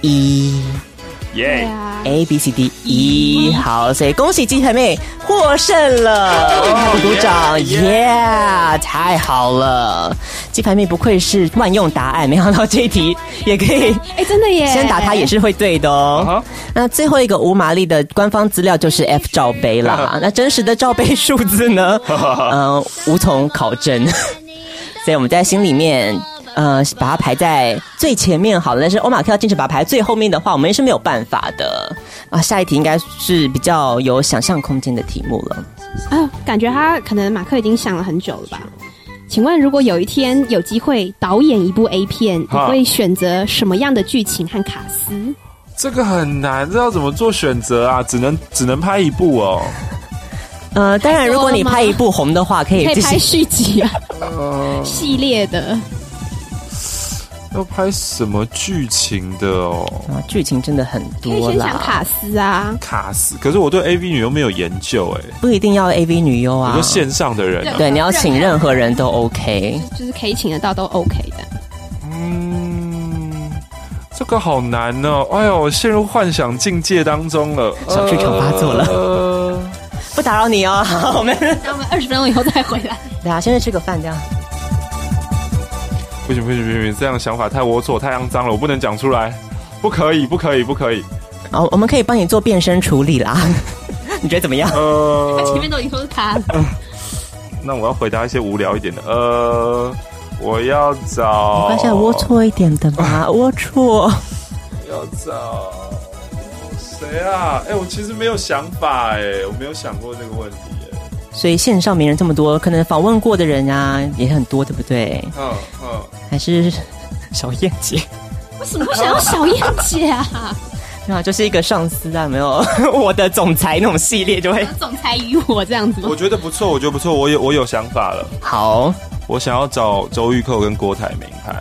[SPEAKER 4] 一。
[SPEAKER 2] 对
[SPEAKER 7] 耶！
[SPEAKER 2] 啊。
[SPEAKER 4] A B C D E，好，所以恭喜鸡排妹获胜了，为她鼓鼓掌，耶！太好了，鸡排妹不愧是万用答案，没想到这一题也可以。
[SPEAKER 2] 哎，真的耶！
[SPEAKER 4] 先打她也是会对的哦。那最后一个无玛丽的官方资料就是 F 罩杯啦。那真实的罩杯数字呢？嗯，无从考证。 所以我们在心里面，呃，把它排在最前面好了。但是欧马克要坚持把它排最后面的话，我们是没有办法的啊。下一题应该是比较有想象空间的题目了。
[SPEAKER 2] 啊，感觉他可能马克已经想了很久了吧？请问，如果有一天有机会导演一部 A 片，你
[SPEAKER 7] 哈
[SPEAKER 2] 会选择什么样的剧情和卡司？
[SPEAKER 7] 这个很难，这要怎么做选择啊？只能只能拍一部哦。
[SPEAKER 4] 呃，当然，如果你
[SPEAKER 2] 太多了吗
[SPEAKER 4] 拍一部红的话，可以
[SPEAKER 2] 可以
[SPEAKER 4] 继
[SPEAKER 2] 拍
[SPEAKER 4] 续。
[SPEAKER 2] 续集 啊，系列的。
[SPEAKER 7] 要拍什么剧情的哦？
[SPEAKER 4] 啊，剧情真的很
[SPEAKER 2] 可以
[SPEAKER 4] 多
[SPEAKER 2] 先想
[SPEAKER 4] 啦，
[SPEAKER 2] 卡斯啊，
[SPEAKER 7] 卡死！可是我对 A V 女优没有研究哎，
[SPEAKER 4] 不一定要 A V 女优
[SPEAKER 7] 我
[SPEAKER 4] 啊
[SPEAKER 7] 说。线上的人啊，
[SPEAKER 4] 对，你要请任何人都 OK。
[SPEAKER 2] 就是可以请得到都 OK 的。
[SPEAKER 7] 嗯，这个好难哦。哎呦，我陷入幻想境界当中了，呃
[SPEAKER 4] 小剧场发作了
[SPEAKER 7] 了。
[SPEAKER 4] 不打扰你哦， 好我们
[SPEAKER 2] 那我们二十分钟以后再回来。
[SPEAKER 4] 大啊家先去吃个饭，这样。
[SPEAKER 7] 不行不行不行，不行这样想法太龌龊、太肮脏了，我不能讲出来，不可以不可以不可以。
[SPEAKER 4] 哦，我们可以帮你做变身处理啦。 你觉得怎么样？
[SPEAKER 7] 呃
[SPEAKER 2] 他，前面都已经说是他了，
[SPEAKER 7] 那我要回答一些无聊一点的。呃，我要找，
[SPEAKER 4] 发现龌，龊一点 的吧，龌龊。
[SPEAKER 7] 要找谁啊？哎、我其实没有想法哎、我没有想过这个问题哎、
[SPEAKER 4] 所以线上名人这么多，可能访问过的人啊也很多，对不对？
[SPEAKER 7] 嗯嗯，
[SPEAKER 4] 还是小燕姐，
[SPEAKER 2] 为什么会想要小燕姐啊？
[SPEAKER 4] 对啊，就是一个上司啊，没有 我的总裁那种系列就会
[SPEAKER 2] 总裁与我这样子吗
[SPEAKER 7] 我？觉得不错，我觉得不错，我有我有想法了，
[SPEAKER 4] 好。
[SPEAKER 7] 我想要找周玉蔻跟郭台铭拍。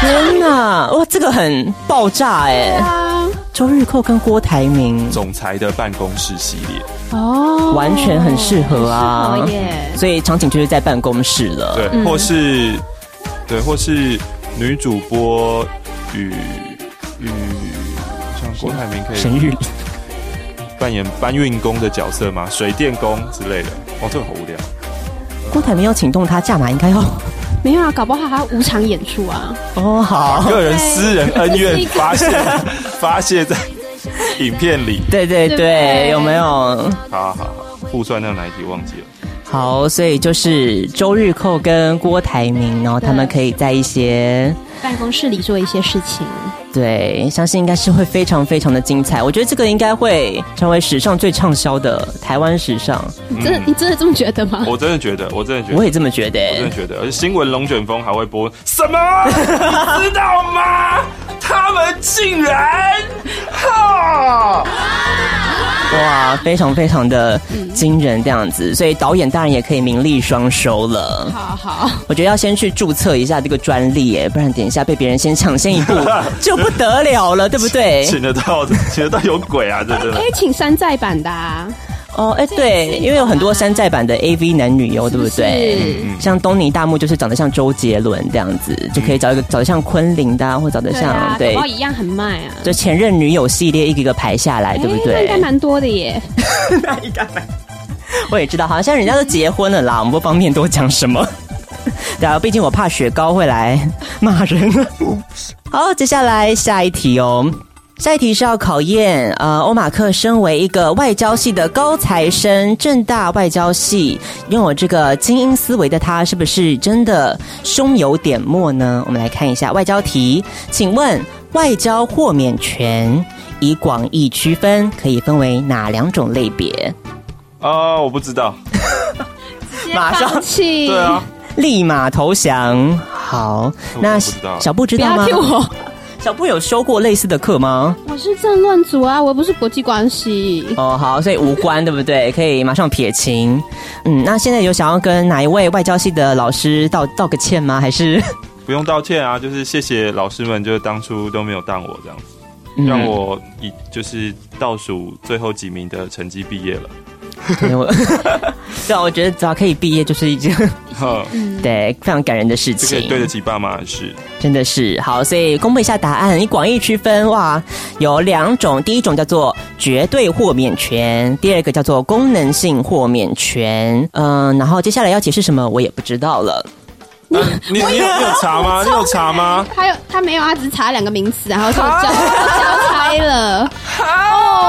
[SPEAKER 4] 天哪，哇，这个很爆炸哎、周日扣跟郭台铭
[SPEAKER 7] 总裁的办公室系列，
[SPEAKER 2] 哦，
[SPEAKER 4] 完全很适 合啊
[SPEAKER 2] 很适合耶
[SPEAKER 4] 所以场景就是在办公室了。
[SPEAKER 7] 对，或是对，或是女主播与与像郭台铭可
[SPEAKER 4] 沈
[SPEAKER 7] 以
[SPEAKER 4] 玉琳
[SPEAKER 7] 扮演搬运工的角色吗？水电工之类的，哦，这个好无聊。
[SPEAKER 4] 郭台铭要请动他价码应 该要
[SPEAKER 2] 没有啊，搞不好还要无偿演出啊。
[SPEAKER 4] 哦好，
[SPEAKER 7] 个人私人恩
[SPEAKER 2] 这是
[SPEAKER 7] 怨
[SPEAKER 2] 一个
[SPEAKER 7] 发泄发泄在影片里。
[SPEAKER 4] 对对对
[SPEAKER 2] 对不对，
[SPEAKER 4] 有没有？
[SPEAKER 7] 好好好，互算到哪一题忘记了？
[SPEAKER 4] 好，所以就是周日扣跟郭台铭，然后他们可以在一些
[SPEAKER 2] 办公室里做一些事情，
[SPEAKER 4] 对，相信应该是会非常非常的精彩。我觉得这个应该会成为史上最畅销的台湾史上，
[SPEAKER 2] 你真的、你真的这么觉得吗？
[SPEAKER 7] 我真的觉得，我真的觉得，
[SPEAKER 4] 我
[SPEAKER 7] 我
[SPEAKER 4] 也这么觉得、
[SPEAKER 7] 真的觉得，而且新闻龙卷风还会播什么？你知道吗？他们竟然哈！
[SPEAKER 4] 哇，非常非常的惊人这样子，所以导演当然也可以名利双收了。
[SPEAKER 2] 好好，
[SPEAKER 4] 我觉得要先去注册一下这个专利，耶，不然等一下被别人先抢先一步就不得了了，对不对？
[SPEAKER 7] 请得到，请得到有鬼啊！这
[SPEAKER 2] 可
[SPEAKER 7] 真的
[SPEAKER 2] 以哎请山寨版的、啊，
[SPEAKER 4] 哦，哎、对，因为有很多山寨版的 AV 男女优，对不对？像东尼大木就是长得像周杰伦这样子，就可以找一个找得像昆凌的、啊，或找得
[SPEAKER 2] 对
[SPEAKER 4] 像
[SPEAKER 2] 啊，搞不好一样很卖啊。
[SPEAKER 4] 就前任女友系列一个一个排下来，对不
[SPEAKER 2] 哎那应该
[SPEAKER 4] 对？
[SPEAKER 2] 蛮多的耶。
[SPEAKER 4] 那应该蛮我也知道，好像人家都结婚了啦，我们不方便多讲什么。对啊，毕竟我怕雪糕会来骂人。好，接下来下一题哦。下一题是要考验，呃，欧马克身为一个外交系的高材生，正大外交系拥有这个精英思维的他，是不是真的胸有点墨呢？我们来看一下外交题，请问外交豁免权以广义区分，可以分为哪两种类别？
[SPEAKER 7] 啊，我不知道。
[SPEAKER 4] 马上
[SPEAKER 2] 请
[SPEAKER 7] 对啊，
[SPEAKER 4] 立马投降。好，
[SPEAKER 7] 我
[SPEAKER 4] 那
[SPEAKER 7] 不知道
[SPEAKER 4] 小布知
[SPEAKER 2] 不
[SPEAKER 4] 道
[SPEAKER 2] 要
[SPEAKER 4] 吗？
[SPEAKER 2] 听我，
[SPEAKER 4] 小布有修过类似的课吗？
[SPEAKER 2] 我是政论组啊，我又不是国际关系。
[SPEAKER 4] 哦，好，所以无关，对不 对？可以马上撇清。嗯，那现在有想要跟哪一位外交系的老师道道个歉吗？还是
[SPEAKER 7] 不用道歉啊，就是谢谢老师们，就是当初都没有当我这样子，
[SPEAKER 4] 嗯
[SPEAKER 7] 让我以就是倒数最后几名的成绩毕业了。
[SPEAKER 4] 对我 对啊，我觉得只要可以毕业就是一 件
[SPEAKER 7] 哼，
[SPEAKER 4] 对非常感人的事
[SPEAKER 7] 这可
[SPEAKER 4] 情
[SPEAKER 7] 以。对得起爸妈的事。
[SPEAKER 4] 真的是好，所以公布一下答案。以广义区分，哇，有两种，第一种叫做绝对豁免权，第二个叫做功能性豁免权。嗯、然后接下来要解释什么，我也不知道了。
[SPEAKER 7] 你你你有你有查吗？你有查吗？
[SPEAKER 2] 他有他没有啊，只是查两个名词，然后就交
[SPEAKER 7] 啊
[SPEAKER 2] 交差了。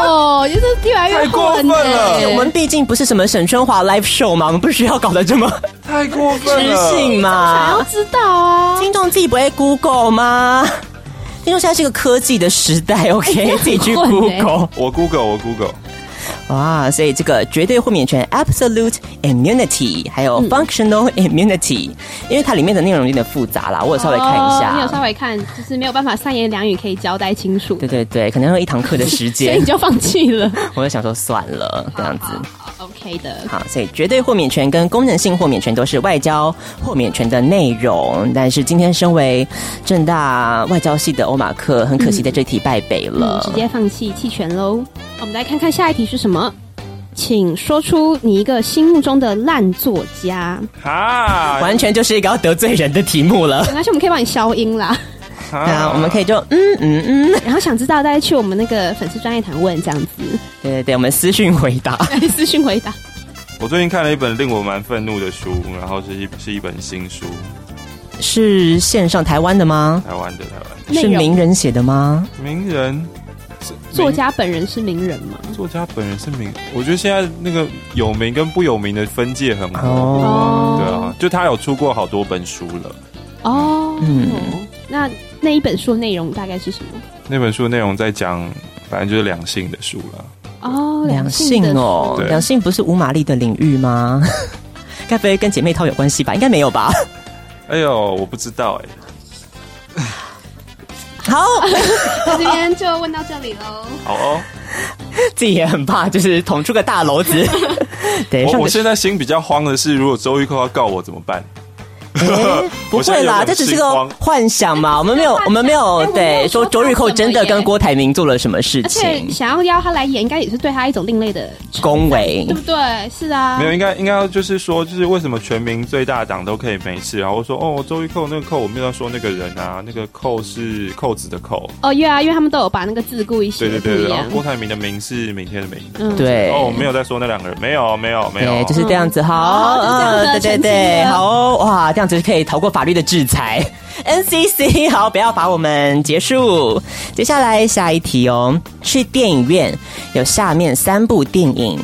[SPEAKER 2] 哦，就是越来越
[SPEAKER 7] 太过分了
[SPEAKER 2] 耶
[SPEAKER 4] 我们毕竟不是什么沈春华 live show 嘛，我们不需要搞得这么
[SPEAKER 7] 太过分
[SPEAKER 4] 知
[SPEAKER 7] 了！
[SPEAKER 4] 性
[SPEAKER 2] 想要
[SPEAKER 4] 嘛。
[SPEAKER 2] 知道啊，
[SPEAKER 4] 听众自己不会 Google 吗？听众现在是个科技的时代，OK，自己去
[SPEAKER 2] 混欸
[SPEAKER 4] Google。
[SPEAKER 7] 我 Google，我 Google，
[SPEAKER 4] 哇，所以这个绝对豁免权 （absolute immunity） 还
[SPEAKER 2] 嗯
[SPEAKER 4] 有 functional immunity，、因为它里面的内容有点复杂啦，我有稍微看一
[SPEAKER 2] 哦你
[SPEAKER 4] 下。
[SPEAKER 2] 有稍微看，就是没有办法三言两语可以交代清楚，
[SPEAKER 4] 对对对，可能要一堂课的时
[SPEAKER 2] 所
[SPEAKER 4] 间
[SPEAKER 2] 以你，就放弃了。
[SPEAKER 4] 我就想说算了这样子。
[SPEAKER 2] 好好，OK 的。
[SPEAKER 4] 好，所以绝对豁免权跟功能性豁免权都是外交豁免权的内容。但是今天身为正大外交系的欧马克，很可惜在这题败北
[SPEAKER 2] 嗯
[SPEAKER 4] 了。
[SPEAKER 2] 直接放弃弃权喽。我们来看看下一题是什么，请说出你一个心目中的烂作家。
[SPEAKER 7] 哈，
[SPEAKER 4] 完全就是一个要得罪人的题目了。
[SPEAKER 2] 没关系，我们可以帮你消音啦。
[SPEAKER 4] 那我们可
[SPEAKER 7] 以
[SPEAKER 4] 以就嗯嗯嗯，
[SPEAKER 2] 然后想知道，大家去我们那个粉丝专业堂问这样子，
[SPEAKER 4] 对对对，我们私讯回答。
[SPEAKER 2] 私讯回答。
[SPEAKER 7] 我最近看了一本令我蛮愤怒的书，然后是一是一本新书，
[SPEAKER 4] 是线上台湾的吗？
[SPEAKER 7] 台湾的台湾
[SPEAKER 2] 内
[SPEAKER 4] 是
[SPEAKER 2] 容
[SPEAKER 4] 名人写的吗？
[SPEAKER 7] 的名人是
[SPEAKER 2] 作家本人是名人吗？
[SPEAKER 7] 作家本人是名，我觉得现在那个有名跟不有名的分界很模糊。
[SPEAKER 4] 哦，
[SPEAKER 7] 对啊，就他有出过好多本书了。
[SPEAKER 2] 哦，
[SPEAKER 4] 嗯
[SPEAKER 2] 那那一本书内容大概是什么？
[SPEAKER 7] 那本书内容在讲，反正就是两性的书了。
[SPEAKER 2] 哦，
[SPEAKER 4] 两
[SPEAKER 2] 性
[SPEAKER 4] 性
[SPEAKER 2] 的
[SPEAKER 4] 哦
[SPEAKER 7] 对，
[SPEAKER 4] 两性不是无玛丽的领域吗？ 该不会跟姐妹淘有关系吧？应该没有 吧？
[SPEAKER 7] 哎呦，我不知道哎、
[SPEAKER 4] 好，
[SPEAKER 2] 书，这边就问到这里 喽。
[SPEAKER 7] 好哦，
[SPEAKER 4] 自己也很怕，就是捅出个大篓 子。对，
[SPEAKER 7] 我
[SPEAKER 4] 上
[SPEAKER 7] 我
[SPEAKER 4] 个
[SPEAKER 7] 现在心比较慌的是，如果周玉蔻要告我怎么办？
[SPEAKER 4] 哎不
[SPEAKER 7] 我现在
[SPEAKER 4] 会
[SPEAKER 7] 有
[SPEAKER 4] 啦，
[SPEAKER 7] 种
[SPEAKER 4] 这只是
[SPEAKER 7] 心
[SPEAKER 4] 个
[SPEAKER 7] 慌
[SPEAKER 4] 幻想嘛，我们没有，我们没
[SPEAKER 2] 哎
[SPEAKER 4] 有对说周日寇真的跟郭台铭做了什么事
[SPEAKER 2] 而且
[SPEAKER 4] 情，
[SPEAKER 2] 想要邀他来演，应该也是对他一种另类的，
[SPEAKER 4] 恭 维
[SPEAKER 2] 对不对？是啊，
[SPEAKER 4] 嗯
[SPEAKER 7] 没有，应该应该要就是说，就是为什么全民最大党都可以没事，然后说哦，周一扣那个扣，我没有要说那个人啊，那个扣是
[SPEAKER 4] 嗯
[SPEAKER 7] 扣子的扣，
[SPEAKER 2] 哦，对啊，因为他们都有把那个字故意写的
[SPEAKER 7] 对对
[SPEAKER 2] 不
[SPEAKER 7] 对
[SPEAKER 2] 一
[SPEAKER 4] 嗯
[SPEAKER 7] 对，然
[SPEAKER 2] 样
[SPEAKER 7] 后。郭台铭的名是明天的名，
[SPEAKER 2] 嗯，
[SPEAKER 4] 对，
[SPEAKER 7] 哦，我没有在说那两个人，没有没有没有，
[SPEAKER 4] 对，就是这样子，好，
[SPEAKER 2] 哦
[SPEAKER 4] 嗯，
[SPEAKER 2] 就
[SPEAKER 4] 对
[SPEAKER 2] 这
[SPEAKER 4] 对
[SPEAKER 2] 样
[SPEAKER 4] 对，
[SPEAKER 2] 子澄清了
[SPEAKER 4] 好哦，哇，这样子就可以逃过法律的制 裁。NCC，好，不要罚我们，结束。接下来下一题哦，去电影院有下面三部电影，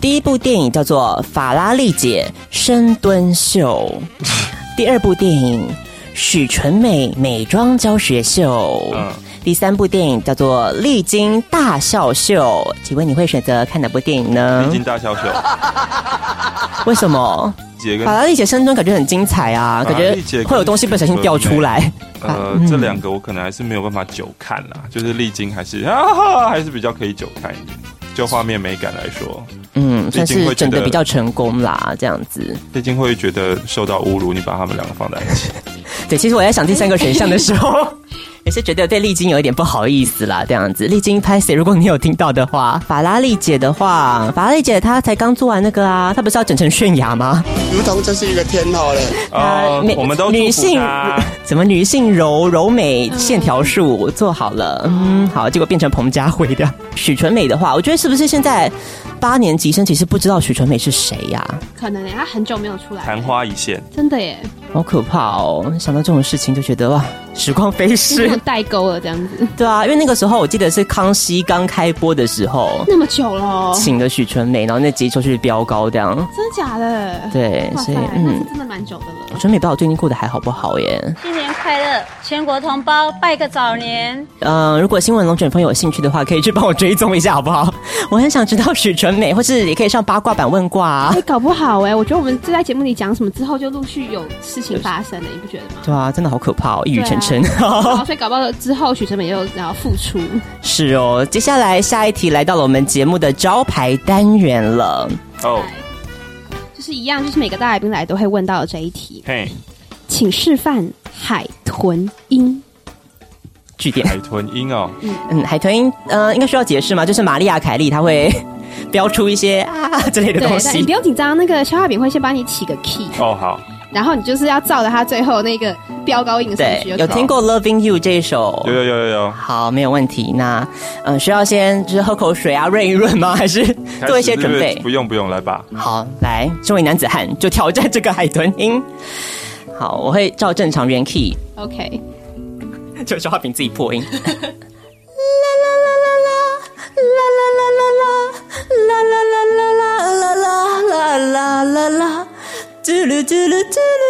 [SPEAKER 4] 第一部电影叫做《法拉利姐深蹲秀》，第二部电影《许纯美美妆教学秀》，
[SPEAKER 7] 嗯
[SPEAKER 4] 第三部电影叫做《历经大笑秀》。请问你会选择看哪部电影呢？
[SPEAKER 7] 历经大小秀，
[SPEAKER 4] 为什么？
[SPEAKER 7] 姐跟
[SPEAKER 4] 法拉利姐深蹲感觉很精彩啊，
[SPEAKER 7] 法
[SPEAKER 4] 感
[SPEAKER 7] 拉利姐
[SPEAKER 4] 觉会有东西不小心掉出来。
[SPEAKER 7] 呃
[SPEAKER 4] 嗯
[SPEAKER 7] 这两个我可能还是没有办法久看啦，就是历经还是啊还是比较可以久看一点，就画面美感来说，
[SPEAKER 4] 嗯，
[SPEAKER 7] 最
[SPEAKER 4] 算
[SPEAKER 7] 近
[SPEAKER 4] 是
[SPEAKER 7] 会觉
[SPEAKER 4] 整
[SPEAKER 7] 得
[SPEAKER 4] 的比较成功啦，这样子。
[SPEAKER 7] 毕竟会觉得受到侮辱，你把他们两个放在一 起，
[SPEAKER 4] 对，其实我在想第三个选项的时候， 也是觉得对丽晶有一点不好意思啦，这样子。丽晶拍谁？如果你有听到的话，法拉利姐的话，法拉利姐她才刚做完那个啊，她不是要整成泫雅吗？
[SPEAKER 8] 如同这是一个天后嘞。
[SPEAKER 7] 啊
[SPEAKER 4] 美，
[SPEAKER 7] 我们都
[SPEAKER 4] 呃女
[SPEAKER 7] 祝福
[SPEAKER 4] 性
[SPEAKER 7] 她
[SPEAKER 4] 怎么女性柔柔美线条术做好了，嗯，好，结果变成彭佳慧的许纯美的话，我觉得是不是现在八年级生其实不知道许纯美是谁呀、
[SPEAKER 2] 可能耶他很久没有出来，
[SPEAKER 7] 昙花一现。
[SPEAKER 2] 真的耶，
[SPEAKER 4] 好可怕哦！想到这种事情就觉得哇，时光飞
[SPEAKER 2] 是
[SPEAKER 4] 逝。
[SPEAKER 2] 代沟了这样子，
[SPEAKER 4] 对啊，因为那个时候我记得是康熙刚开播的时候，
[SPEAKER 2] 那么久了哦，
[SPEAKER 4] 请了许纯美，然后那集就是飙高这样。
[SPEAKER 2] 真的假的？
[SPEAKER 4] 对，
[SPEAKER 2] 哇塞，
[SPEAKER 4] 所以
[SPEAKER 2] 那是
[SPEAKER 4] 嗯，
[SPEAKER 2] 真的蛮久的了。
[SPEAKER 4] 纯美不知道最近过得还好不好耶？
[SPEAKER 9] 新年快乐，全国同胞拜个早年。
[SPEAKER 4] 呃，如果新闻龙卷风有兴趣的话，可以去帮我追踪一下，好不好？ 我很想知道许纯美，或是也可以上八卦版问 卦、啊
[SPEAKER 2] 哎，。搞不好哎，我觉得我们这在节目里讲什么之后，就陆续有事情发生了，你不觉得吗？
[SPEAKER 4] 对啊，真的好可怕哦，一语成谶。
[SPEAKER 2] 然
[SPEAKER 9] 啊
[SPEAKER 2] 后所以搞不好之后许成美又然后复出，
[SPEAKER 4] 是哦，接下来下一题来到了我们节目的招牌单元了。
[SPEAKER 7] 哦，
[SPEAKER 2] 就是一样，就是每个大来宾来都会问到的这一题，
[SPEAKER 7] 嘿，
[SPEAKER 2] 请示范海豚音。
[SPEAKER 4] 据点，
[SPEAKER 7] 海豚音哦，
[SPEAKER 4] 嗯，海豚音，呃，应该需要解释吗？就是玛丽亚凯莉，她会 飙出一些啊之类的东
[SPEAKER 2] 对，但你
[SPEAKER 4] 西
[SPEAKER 2] 不。用紧张，那个消化饼会先帮你起个 key，
[SPEAKER 7] 哦好，
[SPEAKER 2] 然后你就是要照着它最后那个飙高音的上
[SPEAKER 4] 对
[SPEAKER 2] 去就，可以
[SPEAKER 4] 有
[SPEAKER 2] 了。
[SPEAKER 4] 听过《Loving You》这一首
[SPEAKER 7] 有？有有有有，
[SPEAKER 4] 好，没有问题。那，嗯、需要先就是喝口水啊，润一润吗？还 是
[SPEAKER 7] 开始
[SPEAKER 4] 做一些准
[SPEAKER 7] 对
[SPEAKER 4] 备
[SPEAKER 7] 不对？不用不用，来吧，
[SPEAKER 4] 好，来，这位男子汉就挑战这个海豚音。好，我会照正常原 key，
[SPEAKER 2] ？OK，
[SPEAKER 4] 就消化饼自己破音。 嘟噜嘟噜嘟噜，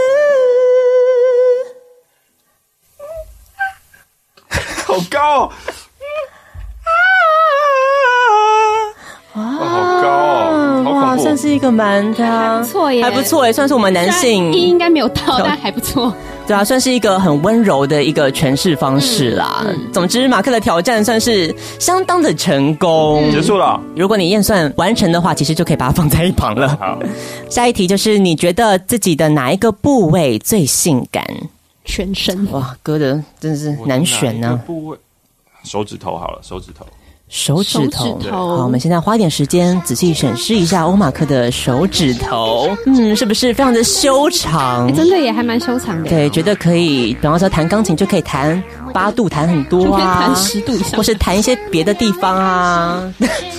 [SPEAKER 7] 好高哦，哇，好高哦，好
[SPEAKER 4] 哇，
[SPEAKER 7] 恐
[SPEAKER 4] 算
[SPEAKER 7] 怖。
[SPEAKER 4] 是一个蛮的啊，
[SPEAKER 2] 还不错耶
[SPEAKER 4] 还不错耶，算是我们男性
[SPEAKER 2] 虽然音应该没有到，
[SPEAKER 4] 有
[SPEAKER 2] 但还不错。
[SPEAKER 4] 对啊，算是一个很温柔的一个诠释方式啦。总之，马克的挑战算是相当的成功。
[SPEAKER 7] 结束了，
[SPEAKER 4] 如果你验算完成的话，其实就可以把它放在一旁了。
[SPEAKER 7] 好，
[SPEAKER 4] 下一题就是你觉得自己的哪一个部位最性感？
[SPEAKER 2] 全身
[SPEAKER 4] 哇，哥的真的是难选啊呢、
[SPEAKER 7] 我哪一个部位，手指头好了，手指头，
[SPEAKER 4] 手指头。
[SPEAKER 2] 手指头
[SPEAKER 4] 好，我们现在花一点时间仔细审视一下欧马克的手指头，嗯，是不是非常的修长
[SPEAKER 2] 哎？真的也还蛮修长的，
[SPEAKER 4] 对，觉得可以，比方说弹钢琴就可以弹八度，弹很
[SPEAKER 2] 就
[SPEAKER 4] 多
[SPEAKER 2] 可以
[SPEAKER 4] 啊
[SPEAKER 2] 弹，十度以上
[SPEAKER 4] 或。是弹一些别的地方啊，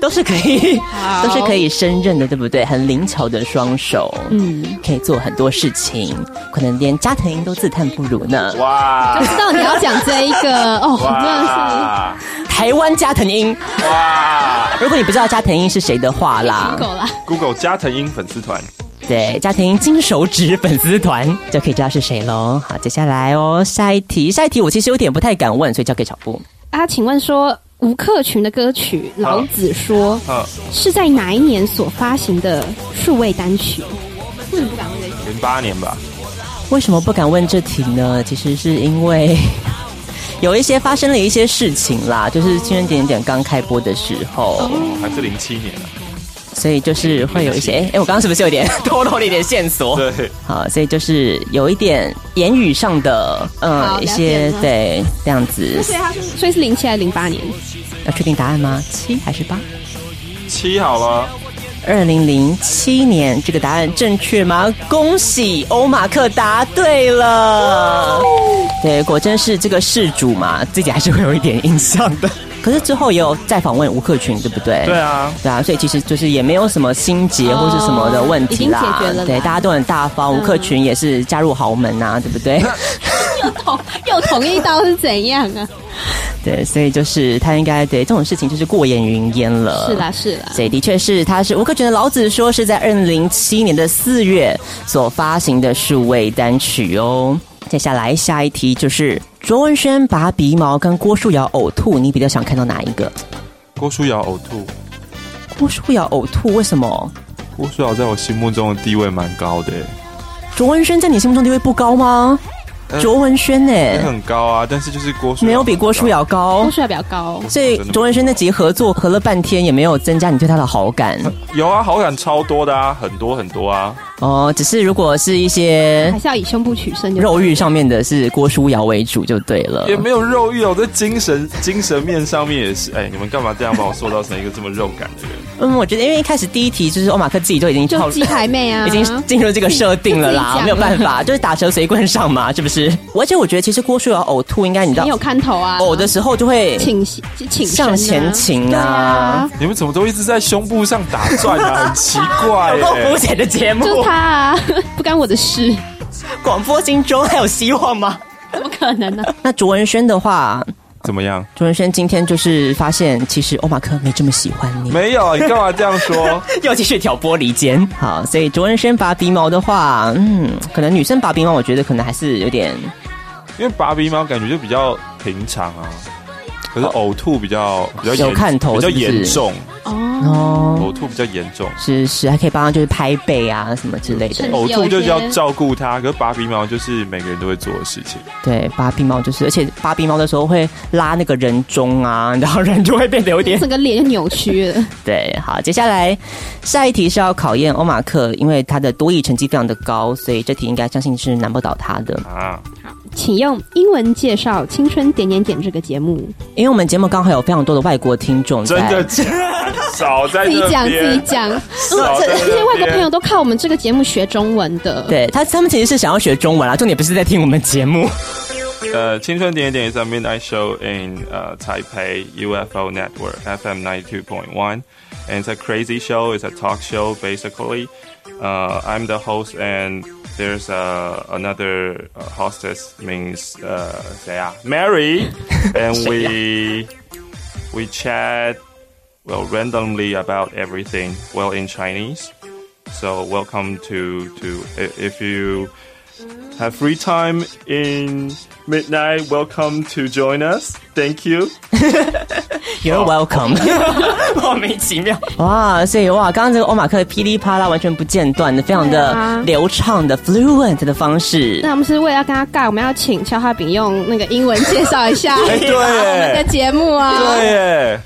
[SPEAKER 4] 都是可以，都是可以胜任的，对不对？很灵巧的双手，嗯，可以做很多事情，可能连加藤鹰都自叹不如呢。
[SPEAKER 7] 哇
[SPEAKER 2] 我知道你要讲这一个哦，真的
[SPEAKER 7] 哇
[SPEAKER 4] 台湾加藤鹰，
[SPEAKER 7] 哇
[SPEAKER 4] 如果你不知道加藤鹰是谁的话啦
[SPEAKER 2] 是，够啦。
[SPEAKER 7] ，Google 加藤鹰粉丝团，
[SPEAKER 4] 对，家庭金手指粉丝团就可以知道是谁喽。好，接下来哦，下一题，下一题我其实有点不太敢问，所以交给小布。
[SPEAKER 2] 啊，请问说吴克群的歌曲《老子说》
[SPEAKER 7] 嗯，
[SPEAKER 2] 是在哪一年所发行的数位单曲？为什么不敢问这个？
[SPEAKER 7] 零八年吧，
[SPEAKER 4] 为什么不敢问这题呢？其实是因为 有一些发生了一些事情啦，就是《青春点点》刚开播的时候，
[SPEAKER 7] 哦还是零七年啊，
[SPEAKER 4] 所以就是会有一些，哎、哎，我刚刚是不是有点 透露了一点线索？
[SPEAKER 7] 对，
[SPEAKER 4] 好，所以就是有一点言语上的，
[SPEAKER 2] 好
[SPEAKER 4] 嗯，一
[SPEAKER 2] 了
[SPEAKER 4] 些
[SPEAKER 2] 解了
[SPEAKER 4] 对这样子，
[SPEAKER 2] 所以是零七还是零八年？
[SPEAKER 4] 要确定答案吗？七还是八？
[SPEAKER 7] 七好了，
[SPEAKER 4] 二零零七年，这个答案正确吗？恭喜欧马克答对了。对，果真是这个事主嘛，自己还是会有一点印象 的。可是之后也有再访问吴克群，对不对？
[SPEAKER 7] 对啊，
[SPEAKER 4] 对啊，所以其实就是也没有什么心结或是什么的问题啦，
[SPEAKER 2] 哦已经解决了啦
[SPEAKER 4] 对，大家都很大方，吴克群也是加入豪门呐、对不对？
[SPEAKER 2] 嗯又捅哦又捅一刀是怎样啊？
[SPEAKER 4] 对，所以就是他应该对这种事情就是过眼云烟了。
[SPEAKER 2] 是啦是啦，
[SPEAKER 4] 所以的确是，他是吴克群的《老子说》是在二零零七年的四月所发行的数位单曲哦。接下来下一题就是卓文萱拔鼻毛跟郭书瑶呕吐，你比较想看到哪一个？
[SPEAKER 7] 郭书瑶呕吐，
[SPEAKER 4] 郭书瑶呕吐为什么？
[SPEAKER 7] 郭书瑶在我心目中的地位蛮高的、
[SPEAKER 4] 卓文萱在你心目中地位不高吗？
[SPEAKER 7] 呃
[SPEAKER 4] 卓文萱呢、
[SPEAKER 7] 也很高啊，但是就是郭书
[SPEAKER 4] 没有比郭书
[SPEAKER 7] 瑶
[SPEAKER 4] 瑶高
[SPEAKER 2] 公，数要比较高。
[SPEAKER 4] 所以卓文萱那集合作合了半天也没有增加你对她的好感
[SPEAKER 7] 有啊，好感超多的啊，很多很多啊，
[SPEAKER 4] 哦。只是如果是一些
[SPEAKER 2] 还是要以胸部取胜就
[SPEAKER 4] 肉欲上面的是郭书瑶为主就对了
[SPEAKER 7] 也。没有肉欲哦，在精神精神面上面也是，哎、你们干嘛这样把我塑造成一个这么肉感的人？
[SPEAKER 4] 嗯，我觉得因为一开始第一题就是欧马克自己就已经
[SPEAKER 2] 就
[SPEAKER 4] 套
[SPEAKER 2] 鸡排妹啊，
[SPEAKER 4] 已经进入这个设定了啦
[SPEAKER 2] 自己自己，讲
[SPEAKER 4] 没有办法，就是打蛇随棍上嘛，是不 是？而且我觉得其实郭书瑶呕吐应该你知道
[SPEAKER 2] 很有看头啊，
[SPEAKER 4] 哦呕的时候就会
[SPEAKER 2] 请请
[SPEAKER 4] 向前倾啊，
[SPEAKER 7] 你们怎么都一直在胸部上打转啊？很奇怪、
[SPEAKER 4] 有够肤
[SPEAKER 7] 欸，
[SPEAKER 4] 浅的节 目，
[SPEAKER 2] 就是他啊， 不干我的事，
[SPEAKER 4] 广播心中还有希望吗？
[SPEAKER 2] 怎么可能呢、 啊
[SPEAKER 4] 那卓文萱的话，
[SPEAKER 7] 怎么样？
[SPEAKER 4] 卓文萱今天就是发现，其实欧马克没这么喜欢你，
[SPEAKER 7] 没有，你干嘛这样说？
[SPEAKER 4] 又继续挑拨离间。好，所以卓文萱拔鼻毛的话，嗯，可能女生拔鼻毛，我觉得可能还是有点
[SPEAKER 7] 因为拔鼻毛感觉就比较平常啊，可是呕吐比较比较严
[SPEAKER 4] 有看头
[SPEAKER 7] 比较
[SPEAKER 4] 是不是
[SPEAKER 7] 严重，
[SPEAKER 2] 嗯
[SPEAKER 4] 哦，
[SPEAKER 7] 呕吐比较严重。
[SPEAKER 4] 是是，还可以帮她就是拍背啊什么之类的
[SPEAKER 2] 是。
[SPEAKER 7] 呕吐就是
[SPEAKER 2] 有
[SPEAKER 7] 要
[SPEAKER 2] 一些
[SPEAKER 7] 照顾它，可是拔鼻毛就是每个人都会做的事情。
[SPEAKER 4] 对，拔鼻毛就是，而且拔鼻毛的时候会拉那个人中啊， 然后人就会变得有点
[SPEAKER 2] 整个脸就扭曲了，
[SPEAKER 4] 对，好，接下来下一题是要考验欧马克，因为他的多义成绩非常的高，所以这题应该相信是难不倒他的。
[SPEAKER 7] 啊，
[SPEAKER 2] 请用英文介绍《青春点点点》这个节目，
[SPEAKER 4] 因为我们节目刚好有非常多的外国听众在，
[SPEAKER 7] 真的少在
[SPEAKER 2] 自己
[SPEAKER 7] 这
[SPEAKER 2] 讲自己
[SPEAKER 7] 边，
[SPEAKER 2] 讲。
[SPEAKER 7] 少在
[SPEAKER 2] 这些外国
[SPEAKER 7] 边
[SPEAKER 2] 朋友都靠我们这个节目学中文的，，
[SPEAKER 4] 对他他们其实是想要学中文啊啦，重点不是在听我们节目。
[SPEAKER 7] 呃，青春点点点 is a midnight show in uh, Taipei UFO Network FM 92.1. And it's a crazy show. It's a talk show, basically. Uh, I'm the host, and there's uh, another uh, hostess, means uh, say, ah, Mary. And we we chat well randomly about everything. Well, in Chinese. So welcome to to i- if you have free time in midnight. Welcome to join us. Thank you.
[SPEAKER 4] You're welcome，莫名其妙哇！所以哇，刚刚这个欧马克噼里啪啦完全不间断的，非常
[SPEAKER 2] 对啊
[SPEAKER 4] 的流畅的 fluent 的方式
[SPEAKER 2] 那。我们是为了跟他尬，我们要请肖化饼用那个英文介绍一下
[SPEAKER 7] 哎对耶
[SPEAKER 2] 我们的节目啊，
[SPEAKER 7] 对耶，哎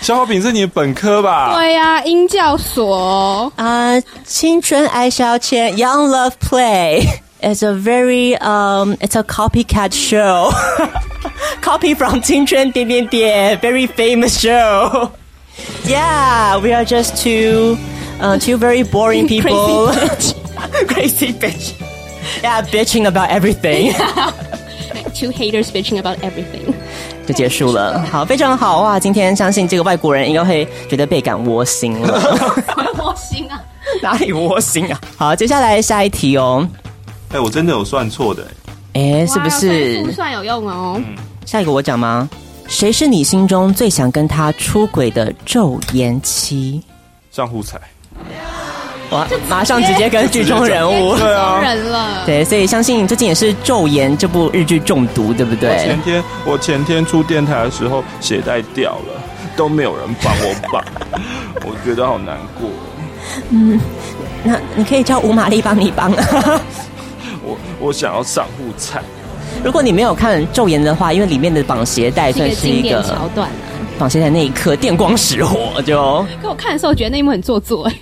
[SPEAKER 7] 消化饼是你的本科吧？
[SPEAKER 2] 对呀、英教所。
[SPEAKER 4] 啊、青春爱消遣，Young Love Play。It's a very um, it's a copycat show. Copy from 青春点点点，very famous show. Yeah, we are just two, uh, two very boring people. Crazy bitch. Yeah, bitching about everything.
[SPEAKER 2] Two haters bitching about everything。
[SPEAKER 4] 就结束了。好，非常好哇！今天相信这个外国人应该会觉得倍感窝心了。
[SPEAKER 2] 我心 啊！
[SPEAKER 4] 哪里窝心啊？好，接下来下一题哦。
[SPEAKER 7] 哎、我真的有算错的。
[SPEAKER 4] 哎，是不
[SPEAKER 2] 哇算
[SPEAKER 4] 是
[SPEAKER 2] 不算有用哦？
[SPEAKER 4] 下一个我讲吗？谁是你心中最想跟他出轨的昼颜妻？
[SPEAKER 7] 上户彩，
[SPEAKER 4] 哇，马上直接跟剧中人物。
[SPEAKER 7] 对
[SPEAKER 2] 当
[SPEAKER 7] 啊，
[SPEAKER 2] 然了，
[SPEAKER 4] 对，所以相信最近也是《昼颜》这部日剧中毒，对不对
[SPEAKER 7] 前？天我前天出电台的时候鞋带掉了，都没有人帮我 绑，我觉得好难过。
[SPEAKER 4] 那你可以叫吴玛丽帮你帮。
[SPEAKER 7] 我我想要上户彩，
[SPEAKER 4] 如果你没有看《昼颜》的话，因为里面的绑鞋带
[SPEAKER 2] 是一
[SPEAKER 7] 啊
[SPEAKER 4] 算
[SPEAKER 2] 个
[SPEAKER 4] 是
[SPEAKER 2] 经
[SPEAKER 4] 一
[SPEAKER 2] 典桥
[SPEAKER 4] 个
[SPEAKER 2] 段啊。
[SPEAKER 4] 绑鞋带那一刻电光石火就。
[SPEAKER 2] 可我看的时候觉得那一幕很做作，哎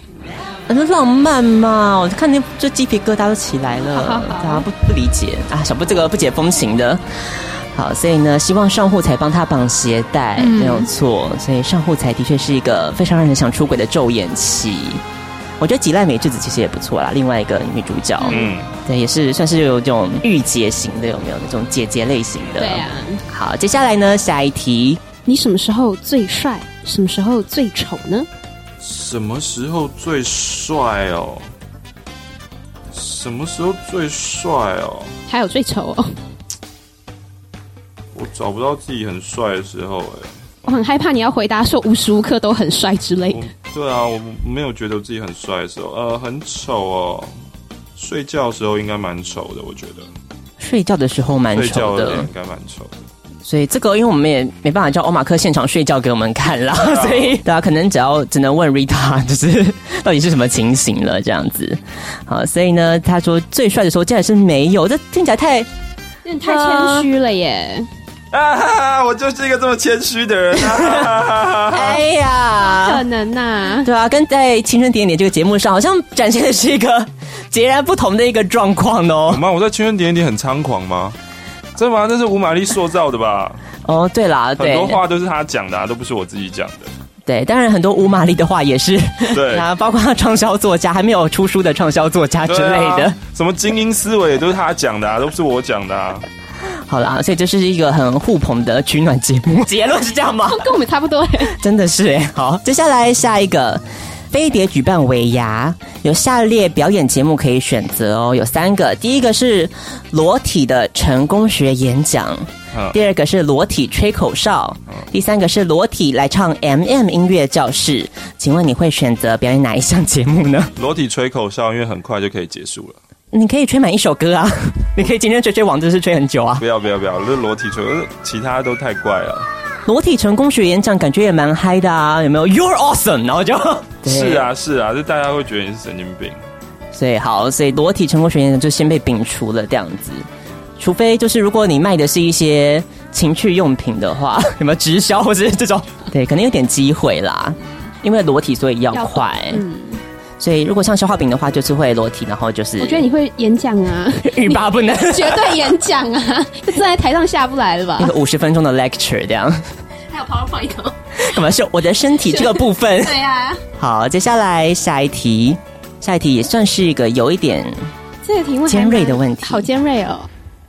[SPEAKER 4] 很啊浪漫嘛，我看那这鸡皮疙瘩都起来 了，
[SPEAKER 2] 好好好
[SPEAKER 4] 大家不不理解啊，小布这个不解风情的。好，所以呢，希望上户才帮他绑鞋带，没有错。所以上户才的确是一个非常让人想出轨的昼眼期。我觉得吉濑美智子其实也不错啦，另外一个女主角，嗯，对，也是算是有一种御姐型的，有没有那种姐姐类型的？
[SPEAKER 2] 对啊。
[SPEAKER 4] 好，接下来呢，下一题，
[SPEAKER 2] 你什么时候最帅，什么时候最丑呢？
[SPEAKER 7] 什么时候最帅哦？什么时候最帅哦？
[SPEAKER 2] 还有最丑哦，
[SPEAKER 7] 我找不到自己很帅的时候哎、
[SPEAKER 2] 我很害怕你要回答说无时无刻都很帅之类的
[SPEAKER 7] 我。对啊，我没有觉得自己很帅的时候，呃，很丑哦。睡觉的时候应该蛮丑的，我觉得。
[SPEAKER 4] 睡觉的时候蛮
[SPEAKER 7] 睡觉
[SPEAKER 4] 丑的，
[SPEAKER 7] 的应该蛮丑的。
[SPEAKER 4] 所以这个，因为我们也没办法叫欧马克现场睡觉给我们看啦，
[SPEAKER 7] 啊
[SPEAKER 4] 所以大家可能只要只能问 Rita，就是到底是什么情形了这样子。好，所以呢，他说最帅的时候竟然是没有，这听起来太
[SPEAKER 2] 你太谦虚了耶！
[SPEAKER 7] 啊哈哈！ 我就是一个这么谦虚的人、 啊。
[SPEAKER 4] 哎呀
[SPEAKER 2] 可，能呐、
[SPEAKER 4] 对啊，跟在《青春点点》这个节目上，好像展现的是一个截然不同的一个状况哦。
[SPEAKER 7] 妈，我在青春点点很猖狂吗？真的吗？那是吴玛丽塑造的吧？
[SPEAKER 4] 哦，对啦，
[SPEAKER 7] 嗯很
[SPEAKER 4] 对
[SPEAKER 7] 多话都是她讲的、啊，都不是我自己讲的。
[SPEAKER 4] 对，当然很多无马力的话也是，
[SPEAKER 7] 对
[SPEAKER 4] 啊，包括畅销作家还没有出书的畅销作 家之
[SPEAKER 7] 对
[SPEAKER 4] 类
[SPEAKER 7] 啊
[SPEAKER 4] 的。
[SPEAKER 7] 什么精英思维也都是她讲的、啊，都不是我讲的、啊。
[SPEAKER 4] 好啦，所以这是一个很互捧的取暖节目。结论是这样吗？
[SPEAKER 2] 跟我们差不多耶。
[SPEAKER 4] 真的是哎、好，接下来下一个。飞碟举办尾牙，有下列表演节目可以选择哦，有三个。第一个是裸体的成功学演讲，
[SPEAKER 7] 嗯
[SPEAKER 4] 第二个是裸体吹口哨，第三个是裸体来唱 M、m 音乐教室。请问你会选择表演哪一项节目呢？
[SPEAKER 7] 裸体吹口哨，因为很快就可以结束了。
[SPEAKER 4] 你可以吹满一首歌啊， 你可以今天吹吹网，就是吹很久啊。
[SPEAKER 7] 不要不要不要，这裸体吹，其他都太怪了。
[SPEAKER 4] 裸体成功学演讲感觉也蛮嗨的啊，有没有？You're awesome，然后 就
[SPEAKER 7] 是，啊是啊，就大家会觉得你是神经病。
[SPEAKER 4] 所以好，所以裸体成功学演讲就先被摒除了这样子，除非就是如果你卖的是一些情趣用品的话， 有没有直销或者是这种？对，可能有点机会啦，因为裸体所以要
[SPEAKER 2] 要
[SPEAKER 4] 快，
[SPEAKER 2] 嗯
[SPEAKER 4] 所以如果像消化饼的话，就是会裸体，然后就是
[SPEAKER 2] 我觉得你会演讲 啊，
[SPEAKER 4] 欲罢不能，
[SPEAKER 2] 绝对演讲啊，就站在台上下不来了吧
[SPEAKER 4] 那？个五十分钟的 lecture 这样，
[SPEAKER 2] 还有 PowerPoint 哦。
[SPEAKER 4] 干嘛秀我的身体这个部分？
[SPEAKER 2] 对啊，
[SPEAKER 4] 好，接下来下一题，下一题也算是一个有一点
[SPEAKER 2] 这个题目还
[SPEAKER 4] 尖
[SPEAKER 2] 蛮
[SPEAKER 4] 锐的问题
[SPEAKER 2] 好尖锐哦。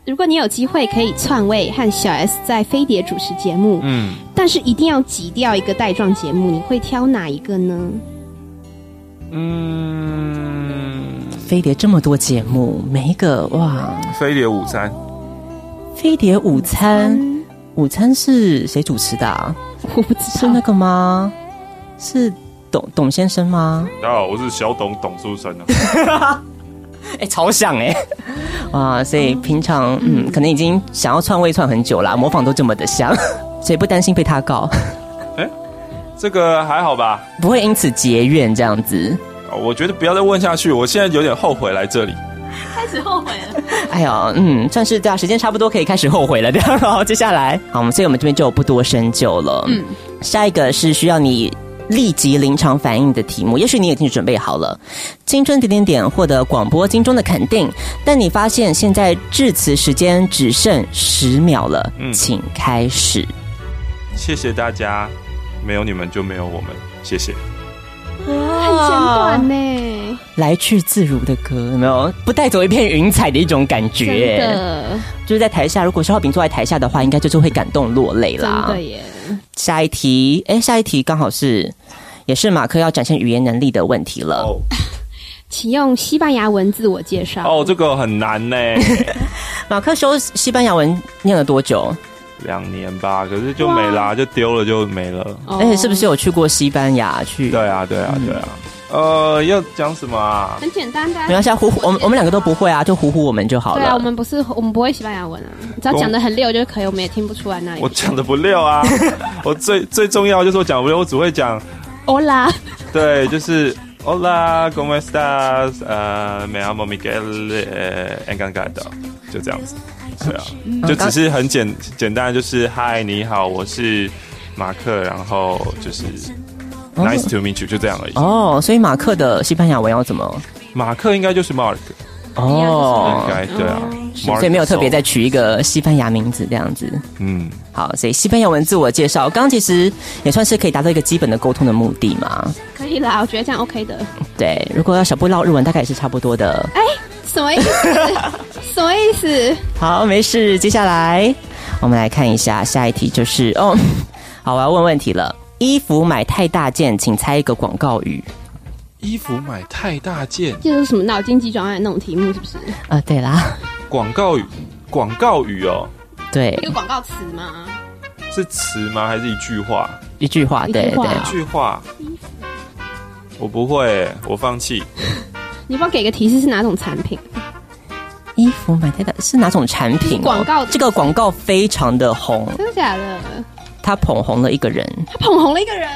[SPEAKER 2] 如果你有机会可以篡位和小 S 在飞碟主持节目，
[SPEAKER 7] 嗯，
[SPEAKER 2] 但是一定要挤掉一个带状节目，你会挑哪一个呢？
[SPEAKER 7] 嗯
[SPEAKER 4] 飞碟这么多节目，每一个哇，
[SPEAKER 7] 飞碟午餐，
[SPEAKER 4] 飞碟午餐，午餐是谁主持的、啊？
[SPEAKER 2] 我不知
[SPEAKER 4] 是
[SPEAKER 2] 道，
[SPEAKER 4] 那个吗？是董董先生吗？
[SPEAKER 7] 大家好，哦我是小董董书生啊。
[SPEAKER 4] 哎、超像哎、哇，所以平常嗯，可能已经想要篡位篡很久啦，模仿都这么的像，所以不担心被他告，
[SPEAKER 7] 这个还好吧？
[SPEAKER 4] 不会因此结怨这样子。
[SPEAKER 7] 哦我觉得不要再问下去，我现在有点后悔来这里。
[SPEAKER 4] 哎呀，嗯，算是对啊，时间差不多可以开始后悔了，对啊。好，接下来，好，我们所以我们这边就不多深究了。嗯，下一个是需要你立即临场反应的题目，也许你已经准备好了。青春点点点获得广播金钟的肯定，但你发现现在致辞时间只剩十秒了，
[SPEAKER 7] 嗯
[SPEAKER 4] 请开始。
[SPEAKER 7] 谢谢大家，没有你们就没有我们，谢谢。
[SPEAKER 2] 很简短呢，
[SPEAKER 4] 来去自如的歌，有没有不带走一片云彩的一种感觉？
[SPEAKER 2] 真的，
[SPEAKER 4] 就是在台下，如果肖浩平坐在台下的话，应该就是会感动落泪
[SPEAKER 2] 真
[SPEAKER 4] 啦。
[SPEAKER 2] 的耶。
[SPEAKER 4] 下一题，哎，下一题刚好是也是马克要展现语言能力的问题了。
[SPEAKER 7] 哦
[SPEAKER 2] 请用西班牙文自我介绍。
[SPEAKER 7] 哦，这个很难呢，
[SPEAKER 4] 马克修西班牙文念了多久？
[SPEAKER 7] 两年吧，可是就没啦，就丢了就没了。
[SPEAKER 2] 哦
[SPEAKER 4] 而且哎是不是有去过西班牙去？
[SPEAKER 7] 对，啊，对啊，对啊。呃，要讲什么啊？
[SPEAKER 2] 很简单的啊？
[SPEAKER 4] 没关系啊，唬唬我们，我们两个都不会啊，就唬唬我们就好了。
[SPEAKER 2] 对啊，我们不是我们不会西班牙文啊，只要讲的很溜就可以，我们也听不出来那里
[SPEAKER 7] 我。讲的不溜 啊，我最最重要就是我讲不溜，我只会讲
[SPEAKER 2] 欧啦，
[SPEAKER 7] 对，就是 Hola, ¿cómo estás? Uh, me llamo Miguel eh, Encantado，就这样子。对啊，
[SPEAKER 4] 嗯
[SPEAKER 7] 就只是很简简单，就是嗨，你好，我是马克，然后就是
[SPEAKER 4] 哦
[SPEAKER 7] nice to meet you，就这样而已。
[SPEAKER 4] 哦，所以马克的西班牙文要怎么？
[SPEAKER 7] 马克应该就是 Mark，应
[SPEAKER 4] 哦，
[SPEAKER 7] 该对啊，Mark，
[SPEAKER 4] 所以没有特别再取一个西班牙名字这样子。
[SPEAKER 7] 嗯，
[SPEAKER 4] 好，所以西班牙文自我介绍，刚刚其实也算是可以达到一个基本的沟通的目的嘛。
[SPEAKER 2] 可以啦，我觉得这样 OK 的。
[SPEAKER 4] 对，如果要小布唠日文，大概也是差不多的。
[SPEAKER 2] 哎，什么意思？什么意思？
[SPEAKER 4] 好，没事。接下来我们来看一下下一题，就是哦， 好，我要问问题了。衣服买太大件，请猜一个广告语。
[SPEAKER 7] 衣服买太大件，
[SPEAKER 2] 这是什么脑筋急转弯的那种题目，是不是？
[SPEAKER 4] 啊，对啦，
[SPEAKER 7] 广告语，广告语哦，
[SPEAKER 4] 对
[SPEAKER 2] 一，个广告词吗？
[SPEAKER 7] 是词吗？还是一句话？
[SPEAKER 4] 一句话，对
[SPEAKER 2] 一句话
[SPEAKER 4] 对啊
[SPEAKER 7] 一句话。我不会，我放弃。
[SPEAKER 2] 你帮我给个提示是哪种产品？
[SPEAKER 4] 衣服买太大是哪种产品、哦？
[SPEAKER 2] 广告
[SPEAKER 4] 这个广告非常的红，
[SPEAKER 2] 真的假的？
[SPEAKER 4] 他捧红了一个人。
[SPEAKER 2] 他捧红了一个人，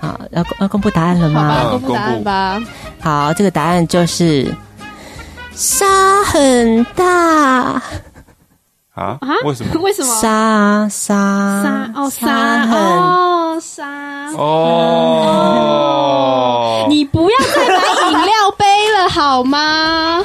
[SPEAKER 4] 好，要公要公布答案了
[SPEAKER 2] 好
[SPEAKER 4] 吗？
[SPEAKER 2] 吧，
[SPEAKER 7] 嗯
[SPEAKER 2] 公布答
[SPEAKER 7] 公
[SPEAKER 2] 案
[SPEAKER 7] 布
[SPEAKER 2] 吧。
[SPEAKER 4] 好，这个答案就是沙很大，
[SPEAKER 7] 啊
[SPEAKER 2] 啊？
[SPEAKER 7] 为什么？
[SPEAKER 2] 为什么？
[SPEAKER 4] 沙沙
[SPEAKER 2] 沙哦
[SPEAKER 4] 沙
[SPEAKER 2] 沙
[SPEAKER 4] 很
[SPEAKER 2] 哦沙。
[SPEAKER 7] 哦，
[SPEAKER 2] 你不要再拿饮料杯了好吗？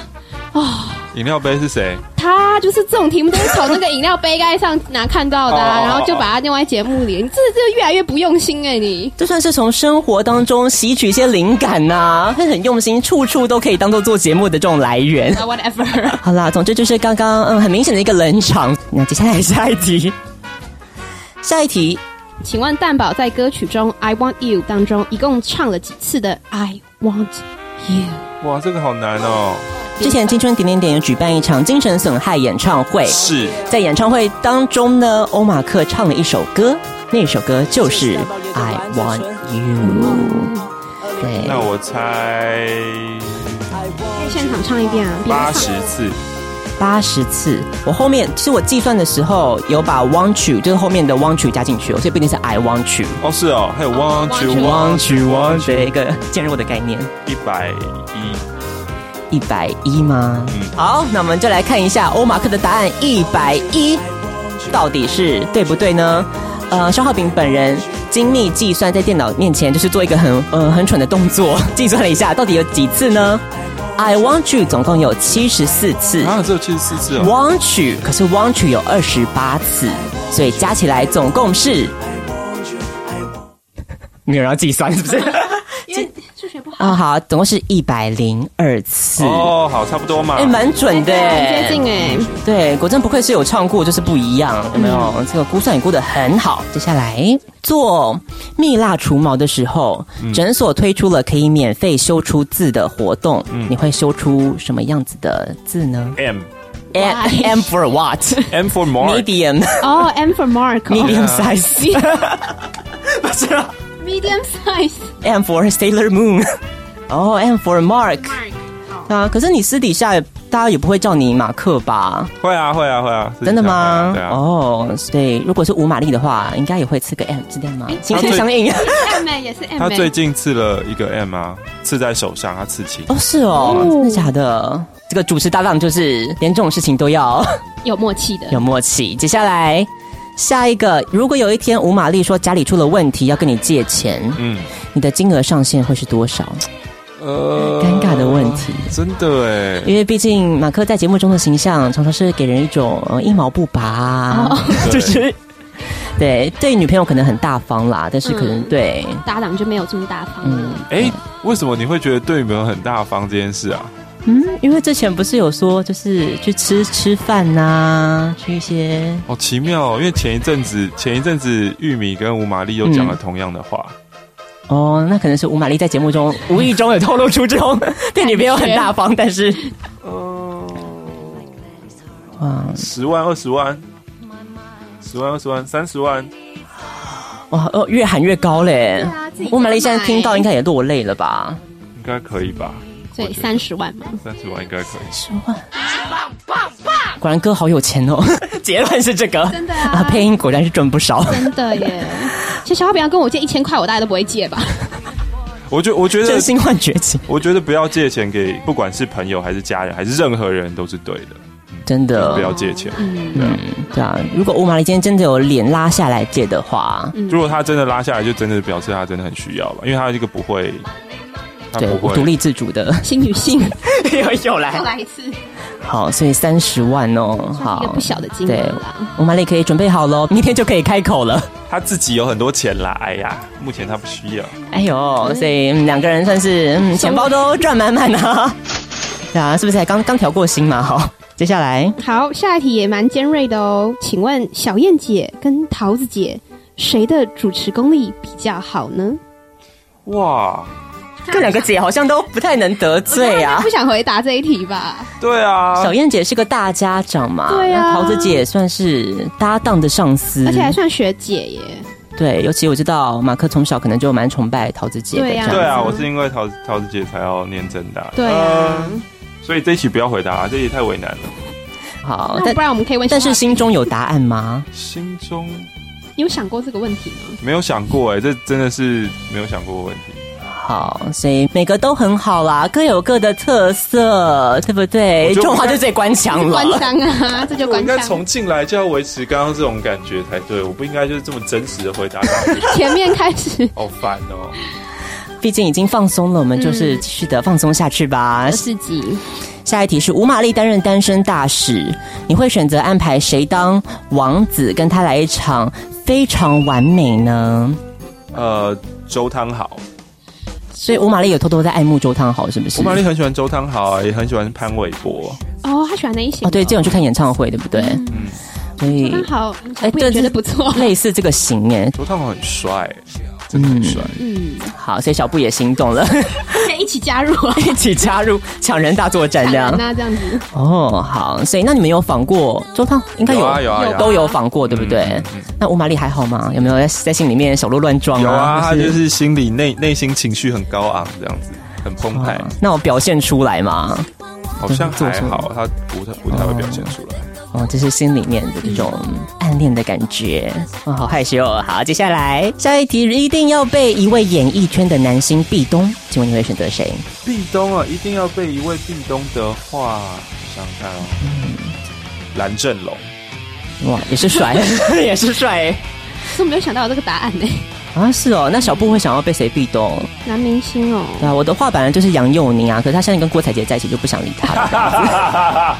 [SPEAKER 7] 饮料杯是谁？
[SPEAKER 2] 他就是这种题目都是从那个饮料杯盖上拿看到的、啊，
[SPEAKER 7] 哦
[SPEAKER 2] 然后就把它用在节目里。你这这越来越不用心哎、你
[SPEAKER 4] 这算是从生活当中吸取一些灵感呐、会很用心，处处都可以当做做节目的这种来 源。
[SPEAKER 2] 啊 whatever。
[SPEAKER 4] 好啦，总之就是刚刚嗯很明显的一个冷场。那接下来下一题，下一题
[SPEAKER 2] 请问蛋宝在歌曲中《I Want You》当中一共唱了几次的
[SPEAKER 4] 哎
[SPEAKER 2] I Want You？
[SPEAKER 7] 哇，这个好难哦。
[SPEAKER 4] 之前青春点点点有举办一场精神损害演唱会，
[SPEAKER 7] 是
[SPEAKER 4] 在演唱会当中呢，欧马克唱了一首歌，那首歌就是《I Want You》。对，
[SPEAKER 7] 那我猜
[SPEAKER 2] 在现场唱一遍啊！别人
[SPEAKER 7] 八
[SPEAKER 2] 唱
[SPEAKER 7] 十次，
[SPEAKER 4] 八十次。我后面其实我计算的时候有把 want you 就是后面的 want you 加进去哦，所以不一定是 I want you。
[SPEAKER 7] 哦是哦，还有 one two one
[SPEAKER 4] want you want you 一个渐弱的概念，
[SPEAKER 7] 一百一，
[SPEAKER 4] 一百一吗？
[SPEAKER 7] 嗯
[SPEAKER 4] 好，那我们就来看一下欧马克的答案一百一到底是对不对呢？呃，肖浩炳本人精密计算，在电脑面前就是做一个很呃很蠢的动作， 计算了一下到底有几次呢？I want you 总共有七十四次。
[SPEAKER 7] 啊，只有七十四次哦。
[SPEAKER 4] want you，可是 want you 有二十八次，所以加起来总共 是。没有人要计算是不是？
[SPEAKER 2] 数学不好，
[SPEAKER 4] 啊、好，总共是一百零二次，哎、
[SPEAKER 7] 哦，好，差不多嘛。
[SPEAKER 4] 蛮准的，
[SPEAKER 2] 很接近哎、
[SPEAKER 4] 对，果真不愧是有唱过，就是不一样，有没有？
[SPEAKER 2] 嗯
[SPEAKER 4] 这个估算也估得很好。接下来做蜜蜡除毛的时候，诊所推出了可以免费修出字的活动，你会修出什么样子的字呢
[SPEAKER 7] M
[SPEAKER 4] ？M M for what？Medium。
[SPEAKER 7] M for more，
[SPEAKER 2] 哦、m for Mark，
[SPEAKER 4] medium size，不是啊
[SPEAKER 2] medium size，
[SPEAKER 4] M for Sailor Moon，哦、M for Mark，啊，可是你私底下大家也不会叫你马克吧？
[SPEAKER 7] 会啊会啊会啊，是
[SPEAKER 4] 真的吗
[SPEAKER 7] 这样？会啊
[SPEAKER 4] 哦、对，如果是五马力的话，应该也会刺个 M，知道吗？
[SPEAKER 7] 啊
[SPEAKER 4] 心心相印。
[SPEAKER 2] m 妹也是
[SPEAKER 7] 对
[SPEAKER 2] M
[SPEAKER 7] 啊，他最
[SPEAKER 2] 妹，
[SPEAKER 7] 近刺了一个 M 啊，刺在手上，他刺青。
[SPEAKER 4] 哦，是哦，
[SPEAKER 2] 哦
[SPEAKER 4] 真的假的？这个主持搭档就是连这种事情都要
[SPEAKER 2] 有默契的
[SPEAKER 4] 有。默契。接下来下一个，如果有一天五马力说家里出了问题要跟你借钱，
[SPEAKER 7] 嗯，
[SPEAKER 4] 你的金额上限会是多少？
[SPEAKER 7] 呃
[SPEAKER 4] 尴尬的问题。
[SPEAKER 7] 真的哎，
[SPEAKER 4] 因为毕竟马克在节目中的形象常常是给人一种呃一毛不拔，
[SPEAKER 2] 哦
[SPEAKER 4] 就是对对女朋友可能很大方啦，但是可能
[SPEAKER 2] 嗯
[SPEAKER 4] 对、
[SPEAKER 2] 搭档就没有这么大方了。
[SPEAKER 7] 哎，为什么你会觉得对你们很大方这件事啊？
[SPEAKER 4] 嗯，因为之前不是有说就是去吃吃饭呐、去一些
[SPEAKER 7] 好奇妙、哦，因为前一阵子前一阵子玉米跟吴玛丽又讲了同样的话，
[SPEAKER 4] 哦，那可能是吴玛丽在节目中无意中有透露出这种对女朋友很大方，但 是哦，
[SPEAKER 7] 十、万、二十万、十万、二十万、三十万，
[SPEAKER 4] 哇哇哦，越喊越高嘞
[SPEAKER 2] 啊自己！
[SPEAKER 4] 吴玛丽现在听到
[SPEAKER 2] 买
[SPEAKER 4] 应该也落泪了吧？
[SPEAKER 7] 应该可以吧？
[SPEAKER 2] 所以三十万嘛，
[SPEAKER 7] 三十万应该可以。
[SPEAKER 4] 果然哥好有钱哦， 结论是这个，
[SPEAKER 2] 真的啊
[SPEAKER 4] 啊， 配音果然是赚不少。
[SPEAKER 2] 真的耶。其实小花不要跟我借一千块，我大概都不会借吧。
[SPEAKER 7] 我觉我觉得
[SPEAKER 4] 真心换绝情，
[SPEAKER 7] 我觉得不要借钱给，不管是朋友还是家人还是任何人都是对的，
[SPEAKER 4] 真的
[SPEAKER 7] 不要借钱。
[SPEAKER 4] 呃嗯，对啊。如果乌玛丽今天真的有脸拉下来借的话，
[SPEAKER 7] 如果他真的拉下来，就真的表示他真的很需要吧，因为他这个不会，他
[SPEAKER 4] 对
[SPEAKER 7] 不，
[SPEAKER 4] 我
[SPEAKER 7] 会
[SPEAKER 4] 独立自主的，
[SPEAKER 2] 新女性
[SPEAKER 4] 又又来，
[SPEAKER 2] 来一次，
[SPEAKER 4] 好，所以三十万哦，
[SPEAKER 2] 算是一
[SPEAKER 4] 好
[SPEAKER 2] 个不，小的金
[SPEAKER 4] 对
[SPEAKER 2] 额啦。，
[SPEAKER 4] 乌玛丽可以准备好喽，明天就可以开口了。
[SPEAKER 7] 他自己有很多钱啦，哎呀，目前他不需要。
[SPEAKER 4] 哎呦，所以嗯两个人算是嗯钱包都赚满满啊，对啊，是不是才刚刚调过薪嘛？好，接下来
[SPEAKER 2] 好，下一题也蛮尖锐的哦。请问小燕姐跟桃子姐谁的主持功力比较好呢？
[SPEAKER 7] 哇，
[SPEAKER 4] 这两个姐好像都不太能得罪啊
[SPEAKER 2] 不。想回答这一题吧？
[SPEAKER 7] 对啊，
[SPEAKER 4] 小燕姐是个大家长嘛，
[SPEAKER 2] 对啊
[SPEAKER 4] 那桃子姐也算是搭档的上司，
[SPEAKER 2] 而且还算学姐耶。
[SPEAKER 4] 对，尤其我知道马克从小可能就蛮崇拜桃子姐的这
[SPEAKER 2] 对啊
[SPEAKER 4] 样，
[SPEAKER 7] 对啊，我是因为桃子桃子姐才要念正大，
[SPEAKER 2] 对啊，
[SPEAKER 4] 呃
[SPEAKER 7] 所以这一期不要回答、啊，这一题太为难了。啊
[SPEAKER 4] 好，
[SPEAKER 2] 那
[SPEAKER 4] 但
[SPEAKER 2] 不然我们可以问小
[SPEAKER 4] 但
[SPEAKER 2] 燕姐，
[SPEAKER 4] 是心中有答案吗？
[SPEAKER 7] 心中
[SPEAKER 2] 你有想过这个问题吗？
[SPEAKER 7] 没有想过哎、这真的是没有想过的问题。
[SPEAKER 4] 好，所以每个都很好啦，各有各的特色，对不对？
[SPEAKER 7] 我
[SPEAKER 4] 这
[SPEAKER 7] 就
[SPEAKER 4] 种话就最官腔了
[SPEAKER 2] 关。商啊，这就
[SPEAKER 7] 我
[SPEAKER 2] 关
[SPEAKER 7] 应该
[SPEAKER 2] 商
[SPEAKER 7] 从。进来就要维持刚刚这种感觉才对，我不应该就是这么真实的回答大家
[SPEAKER 2] 前面开始
[SPEAKER 7] 好烦 哦。
[SPEAKER 4] 毕竟已经放松了，我们就是继续的放松下去吧。
[SPEAKER 2] 二十集，
[SPEAKER 4] 下一题是吴玛丽担任单身大使，你会选择安排谁当王子，跟他来一场非常完美呢？
[SPEAKER 7] 呃，周汤豪，
[SPEAKER 4] 所以吴玛丽有偷偷在爱慕周汤豪，是不是？
[SPEAKER 7] 我玛丽很喜欢周汤豪啊，也很喜欢潘玮柏。
[SPEAKER 2] 哦，他喜欢那一型
[SPEAKER 4] 哦，对，这种去看演唱会，对不对？嗯，所以
[SPEAKER 2] 刚好，
[SPEAKER 4] 哎
[SPEAKER 2] 我也
[SPEAKER 4] 对
[SPEAKER 2] 觉
[SPEAKER 4] 这
[SPEAKER 2] 得不错。
[SPEAKER 4] 类似这个型哎，
[SPEAKER 7] 周汤豪很帅、真的很帅。
[SPEAKER 4] 嗯好，所以小布也心动了，
[SPEAKER 2] 可以一起加入啊，
[SPEAKER 4] 一起加入抢人大作战这样。
[SPEAKER 2] 那啊这样子，
[SPEAKER 4] 哦，好，所以那你们有访过周汤，应该有
[SPEAKER 7] 有啊有啊嗯有啊
[SPEAKER 4] 都有访过，对不对？那吴玛丽还好吗？有没有在在心里面手落乱撞
[SPEAKER 7] 有啊，
[SPEAKER 4] 啊？
[SPEAKER 7] 他
[SPEAKER 4] 或
[SPEAKER 7] 就是心里内内心情绪很高昂，这样子很澎湃，
[SPEAKER 4] 哦那我表现出来嘛？
[SPEAKER 7] 好像还好，他不太不太会表现出来。
[SPEAKER 4] 哦，这是心里面的这种暗恋的感觉，哦，好害羞哦。好，接下来下一题一定要被一位演艺圈的男星壁咚，请问你会选择谁？
[SPEAKER 7] 壁咚啊，一定要被一位壁咚的话，想想看哦，
[SPEAKER 4] 嗯
[SPEAKER 7] 蓝正龙，
[SPEAKER 4] 哇，也是帅， 也是帅
[SPEAKER 2] 是我没有想到有这个答案呢。
[SPEAKER 4] 啊！是哦，那小布会想要被谁壁咚？
[SPEAKER 2] 男明星哦，
[SPEAKER 4] 对啊，我的话本来就是杨佑宁啊，可是他现在跟郭采洁在一起，就不想理他了。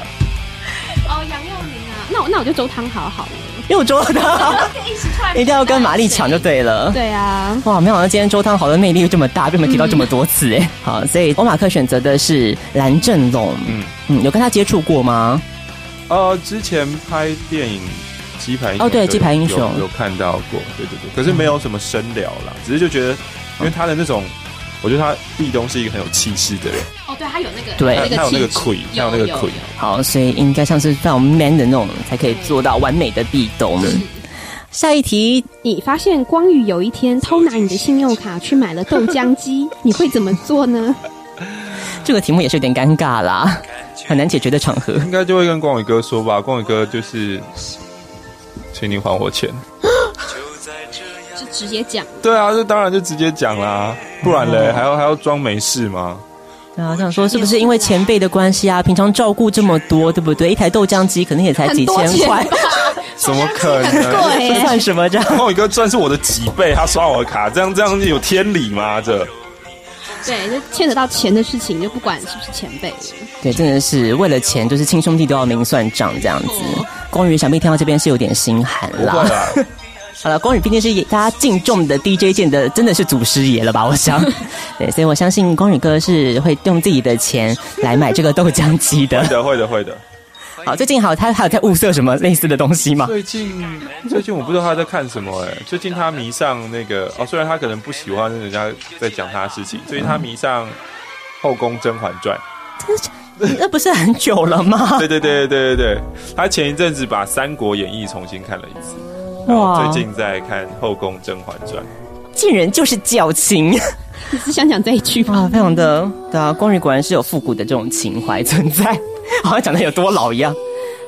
[SPEAKER 2] 哦，杨佑宁啊，那我那我就周汤豪好了。
[SPEAKER 4] 因为我周汤一定要跟玛丽抢就对了。
[SPEAKER 2] 对啊，
[SPEAKER 4] 哇，没想到今天周汤豪的魅力又这么大，被我们提到这么多次哎、好，所以欧马克选择的是蓝正龙。嗯
[SPEAKER 7] 嗯
[SPEAKER 4] 嗯，有跟他接触过吗？
[SPEAKER 7] 呃，之前拍电影。鸡排英雄
[SPEAKER 4] 哦对
[SPEAKER 7] 有
[SPEAKER 4] 鸡排英雄嗯
[SPEAKER 7] 有有看到过，对对对，可是没有什么深聊啦，只是就觉得，
[SPEAKER 4] 哦
[SPEAKER 7] 因为他的那种，我觉得他壁咚是一个很有气势的人，
[SPEAKER 2] 哦，对他有那个
[SPEAKER 4] 对
[SPEAKER 7] 他他有那个 q u
[SPEAKER 2] 气质
[SPEAKER 7] 他有那个
[SPEAKER 2] 有
[SPEAKER 7] q u
[SPEAKER 4] 好，所以应该像是非常 man 的那种，才可以做到完美的壁咚。下一题，
[SPEAKER 2] 你发现光宇有一天偷拿你的信用卡去买了豆浆 机，你会怎么做呢？
[SPEAKER 4] 这个题目也是有点尴尬啦，很难解决的场合。
[SPEAKER 7] 应该就会跟光宇哥说吧，光宇哥就是，请你还我钱。
[SPEAKER 2] 就直接 讲，
[SPEAKER 7] 对啊，这当然就直接讲啦，不然嘞，还要还要装没事吗？
[SPEAKER 4] 对啊，想说是不是因为前辈的关系啊？平常照顾这么多，对不对？一台豆浆机可能也才几千块，
[SPEAKER 7] 怎么可能？
[SPEAKER 4] 这 算什么这 样？
[SPEAKER 7] 光宇哥赚是我的几倍，他刷我的卡，这样这样有天理吗？这
[SPEAKER 2] 对，就牵扯到钱的事情，就不管是不是前辈了
[SPEAKER 4] 对，真的是为了钱，就是亲兄弟都要明算账这样子。光宇想必听到这边是有点心寒
[SPEAKER 7] 不会啊
[SPEAKER 4] 啦。
[SPEAKER 7] 啦，
[SPEAKER 4] 好了，光宇毕竟是大家敬重的 DJ 界的，真的是祖师爷了吧？我想，对，所以我相信光宇哥是会用自己的钱来买这个豆浆机的
[SPEAKER 7] 会。的会的会的。
[SPEAKER 4] 好，最近好，他还有在物色什么类似的东西吗？
[SPEAKER 7] 最近最近我不知道他在看什么哎、最近他迷上那个哦，虽然他可能不喜欢人家在讲他的事情，最近他迷上《后宫甄嬛传》。
[SPEAKER 4] 那不是很久了吗？
[SPEAKER 7] 对对对对对对，他前一阵子把《三国演义》重新看了一次，然
[SPEAKER 4] 哇
[SPEAKER 7] 后最近在看《后宫甄嬛传》。
[SPEAKER 4] 竟然就是矫情。
[SPEAKER 2] 你只想讲这一句吧？
[SPEAKER 4] 啊，非常的对啊，光宇果然是有复古的这种情怀存在， 好像讲的有多老一样。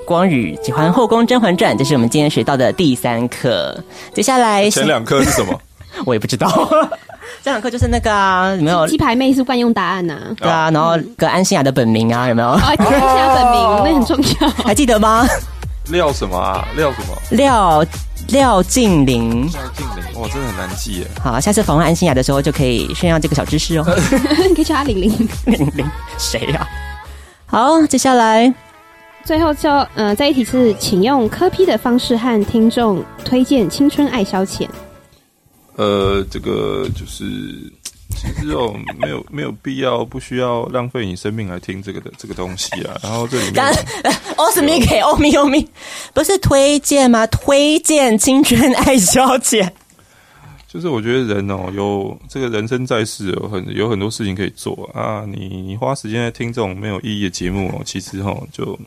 [SPEAKER 4] 光宇喜欢《后宫甄嬛传》，这是我们今天学到的第三课。接下来
[SPEAKER 7] 前两颗是什么？
[SPEAKER 4] 我也不知道。 这堂课就是那个啊，有没 有？
[SPEAKER 2] 鸡排妹是惯用答案 呐、
[SPEAKER 4] 对啊，然后跟安心雅的本名啊，有没有？
[SPEAKER 2] 啊。哦，看一下本名，那很重要。
[SPEAKER 4] 还记得吗？
[SPEAKER 7] 廖什么啊？廖什么？
[SPEAKER 4] 廖廖静玲。
[SPEAKER 7] 廖静玲，哇，真的很难记耶。
[SPEAKER 4] 好，下次访问安心雅的时候就可以炫耀这个小知识哦。
[SPEAKER 2] 你可以叫她玲玲。
[SPEAKER 4] 玲玲，谁呀、好，接下来
[SPEAKER 2] 最后就，呃，这一题是，请用科批的方式和听众推荐青春爱消遣。
[SPEAKER 7] 呃，这个就是，其实哦，没有 没有必要，不需要浪费你生命来听这个的这个东西 啊。然后这里面
[SPEAKER 4] 刚，欧斯米给欧米欧米，不是推荐吗？推荐青春爱消遣。
[SPEAKER 7] 就是我觉得人哦，有这个人生在世有很有很多事情可以做啊。你你花时间在听这种没有意义的节目哦，其实哦就。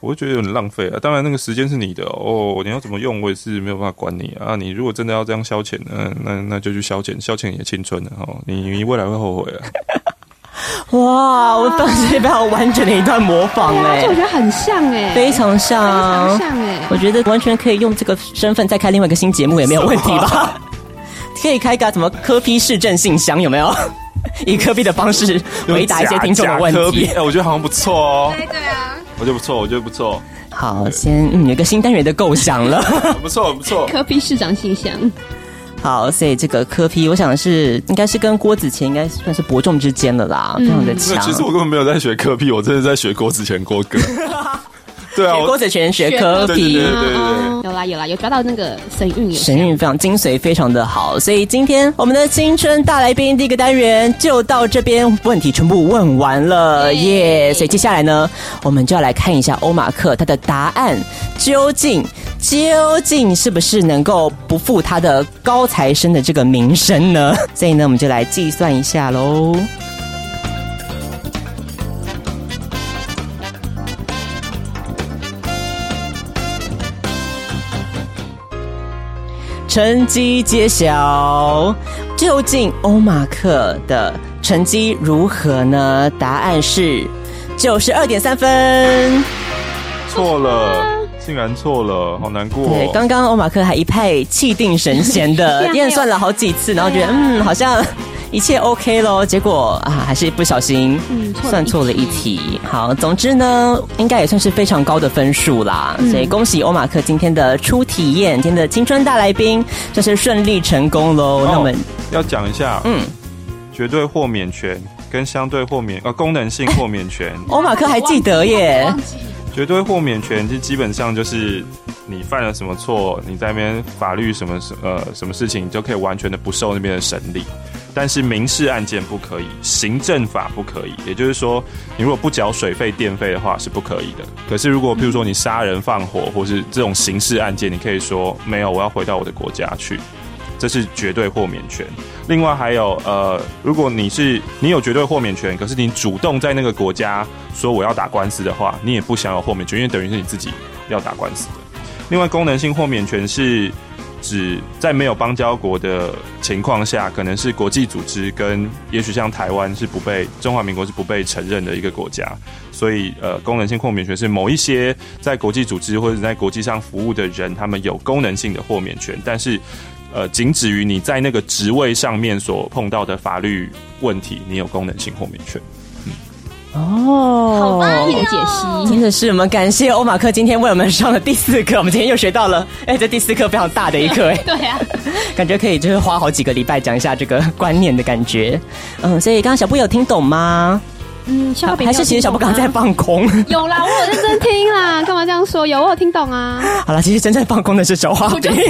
[SPEAKER 7] 我会觉得有点浪费啊！当然，那个时间是你的哦，你要怎么用，我也是没有办法管你啊。你如果真的要这样消遣，那那那就去消遣，消遣你的青春了哦。你你未来会后悔啊！
[SPEAKER 4] 哇，我当时非常完整的一段模仿哎、
[SPEAKER 2] 而且我觉得很像哎、
[SPEAKER 4] 非常像，
[SPEAKER 2] 非常像哎
[SPEAKER 4] 我觉得完全可以用这个身份再开另外一个新节目也没有问题 吧？可以开个什么科批市政信箱有没 有？以科批的方式回答一些听众的问
[SPEAKER 7] 假科比
[SPEAKER 4] 题
[SPEAKER 7] 哎、。我觉得好像不错哦，
[SPEAKER 3] 对啊，
[SPEAKER 7] 我觉得不错，我觉得不错，
[SPEAKER 4] 好，先嗯有一个新单元的构想了。
[SPEAKER 7] 很不错，很不错。
[SPEAKER 2] 科批市长信箱，
[SPEAKER 4] 好，所以这个科批，我想是应该是跟郭子乾应该算是伯仲之间了啦，非常的
[SPEAKER 7] 没有
[SPEAKER 4] 强。
[SPEAKER 7] 其实我根本没有在学科屁，我真的在学郭子 乾郭哥。对啊，
[SPEAKER 4] 学郭
[SPEAKER 7] 我
[SPEAKER 4] 子乾啊学科
[SPEAKER 7] 对对
[SPEAKER 4] 批
[SPEAKER 7] 对。对对
[SPEAKER 2] 有啦有啦，有抓到那个神韵有像
[SPEAKER 4] 神韵非常精髓，非常的好，所以今天我们的青春大来宾第一个单元就到这边，问题全部问完了耶所以接下来呢，我们就要来看一下欧马克他的答案究竟究竟是不是能够不负他的高材生的这个名声呢？ 所以呢，我们就来计算一下喽。成绩揭晓，究竟欧马克的成绩如何呢？答案是九十二点三分。
[SPEAKER 7] 对，错了，竟然错了，好难过哦。
[SPEAKER 4] 对，刚刚欧马克还一派气定神闲的
[SPEAKER 2] 呀
[SPEAKER 4] 验算了好几次，然后觉得嗯，好像一切 OK 咯，结果啊，还是不小心
[SPEAKER 2] 嗯错了
[SPEAKER 4] 算错了一题。好，总之呢，应该也算是非常高的分数啦，所以恭喜欧马克今天的初体验，今天的青春大来宾就是顺利成功喽。那我们
[SPEAKER 7] 哦要讲一下，
[SPEAKER 4] 嗯
[SPEAKER 7] 嗯，绝对豁免权跟相对豁免呃功能性豁免权，
[SPEAKER 4] 欧马克还记得耶，
[SPEAKER 7] 绝对豁免权就基本上就是你犯了什么错，你在那边法律什么什呃什么事情，你就可以完全的不受那边的审理。但是民事案件不可以，行政法不可以。也就是说，你如果不缴水费、电费的话是不可以的。可是如果譬如说你杀人、放火或是这种刑事案件，你可以说没有，我要回到我的国家去。这是绝对豁免权。另外还有呃，如果你是你有绝对豁免权，可是你主动在那个国家说我要打官司的话，你也不享有豁免权，因为等于是你自己要打官司的。另外，功能性豁免权是指在没有邦交国的情况下，可能是国际组织跟也许像台湾是不被中华民国是不被承认的一个国家，所以呃，功能性豁免权是某一些在国际组织或者在国际上服务的人，他们有功能性的豁免权，但是呃，仅止于你在那个职位上面所碰到的法律问题，你有功能性豁免权。
[SPEAKER 4] 哦，
[SPEAKER 2] 一的解析，
[SPEAKER 4] 真的是我们感谢欧马克今天为我们上了第四课，我们今天又学到了，哎、这第四课非常大的一课， 哎，
[SPEAKER 2] 对啊，
[SPEAKER 4] 感觉可以就是花好几个礼拜讲一下这个观念的感觉。嗯，所以刚刚小布有听懂吗？
[SPEAKER 2] 嗯，小北
[SPEAKER 4] 还是其实小布刚刚在放空？
[SPEAKER 2] 有啦，我有认真听啦，干嘛这样说？有我有听懂啊，
[SPEAKER 4] 好了，其实真正放空的是小 花
[SPEAKER 2] 我就
[SPEAKER 4] 饼，
[SPEAKER 2] 知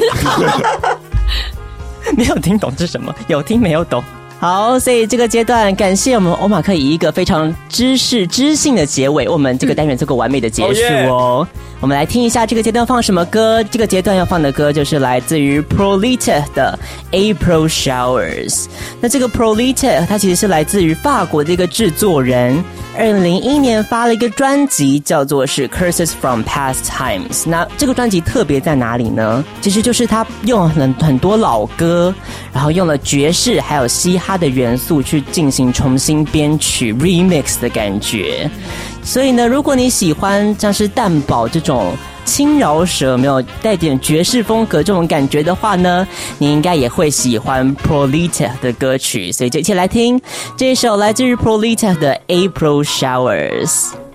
[SPEAKER 4] 没有听懂是什么，有听没有懂。好，所以这个阶段感谢我们欧马克以一个非常知识知性的结尾，我们这个单元做个完美的结束哦。我们来听一下这个阶段放什么歌？这个阶段要放的歌就是来自于 Proleta 的 April Showers。那这个 Proleta 它其实是来自于法国的一个制作人，二零零一年发了一个专辑，叫做是 Curses from Past Times。那这个专辑特别在哪里呢？其实就是他用很很多老歌，然后用了爵士还有嘻哈的元素去进行重新编曲 remix 的感觉。所以呢，如果你喜欢像是蛋堡这种轻饶舌，没有带点爵士风格这种感觉的话呢，你应该也会喜欢 Proleta 的歌曲。所以就一起来听这一首来自于 Proleta 的《April Showers》。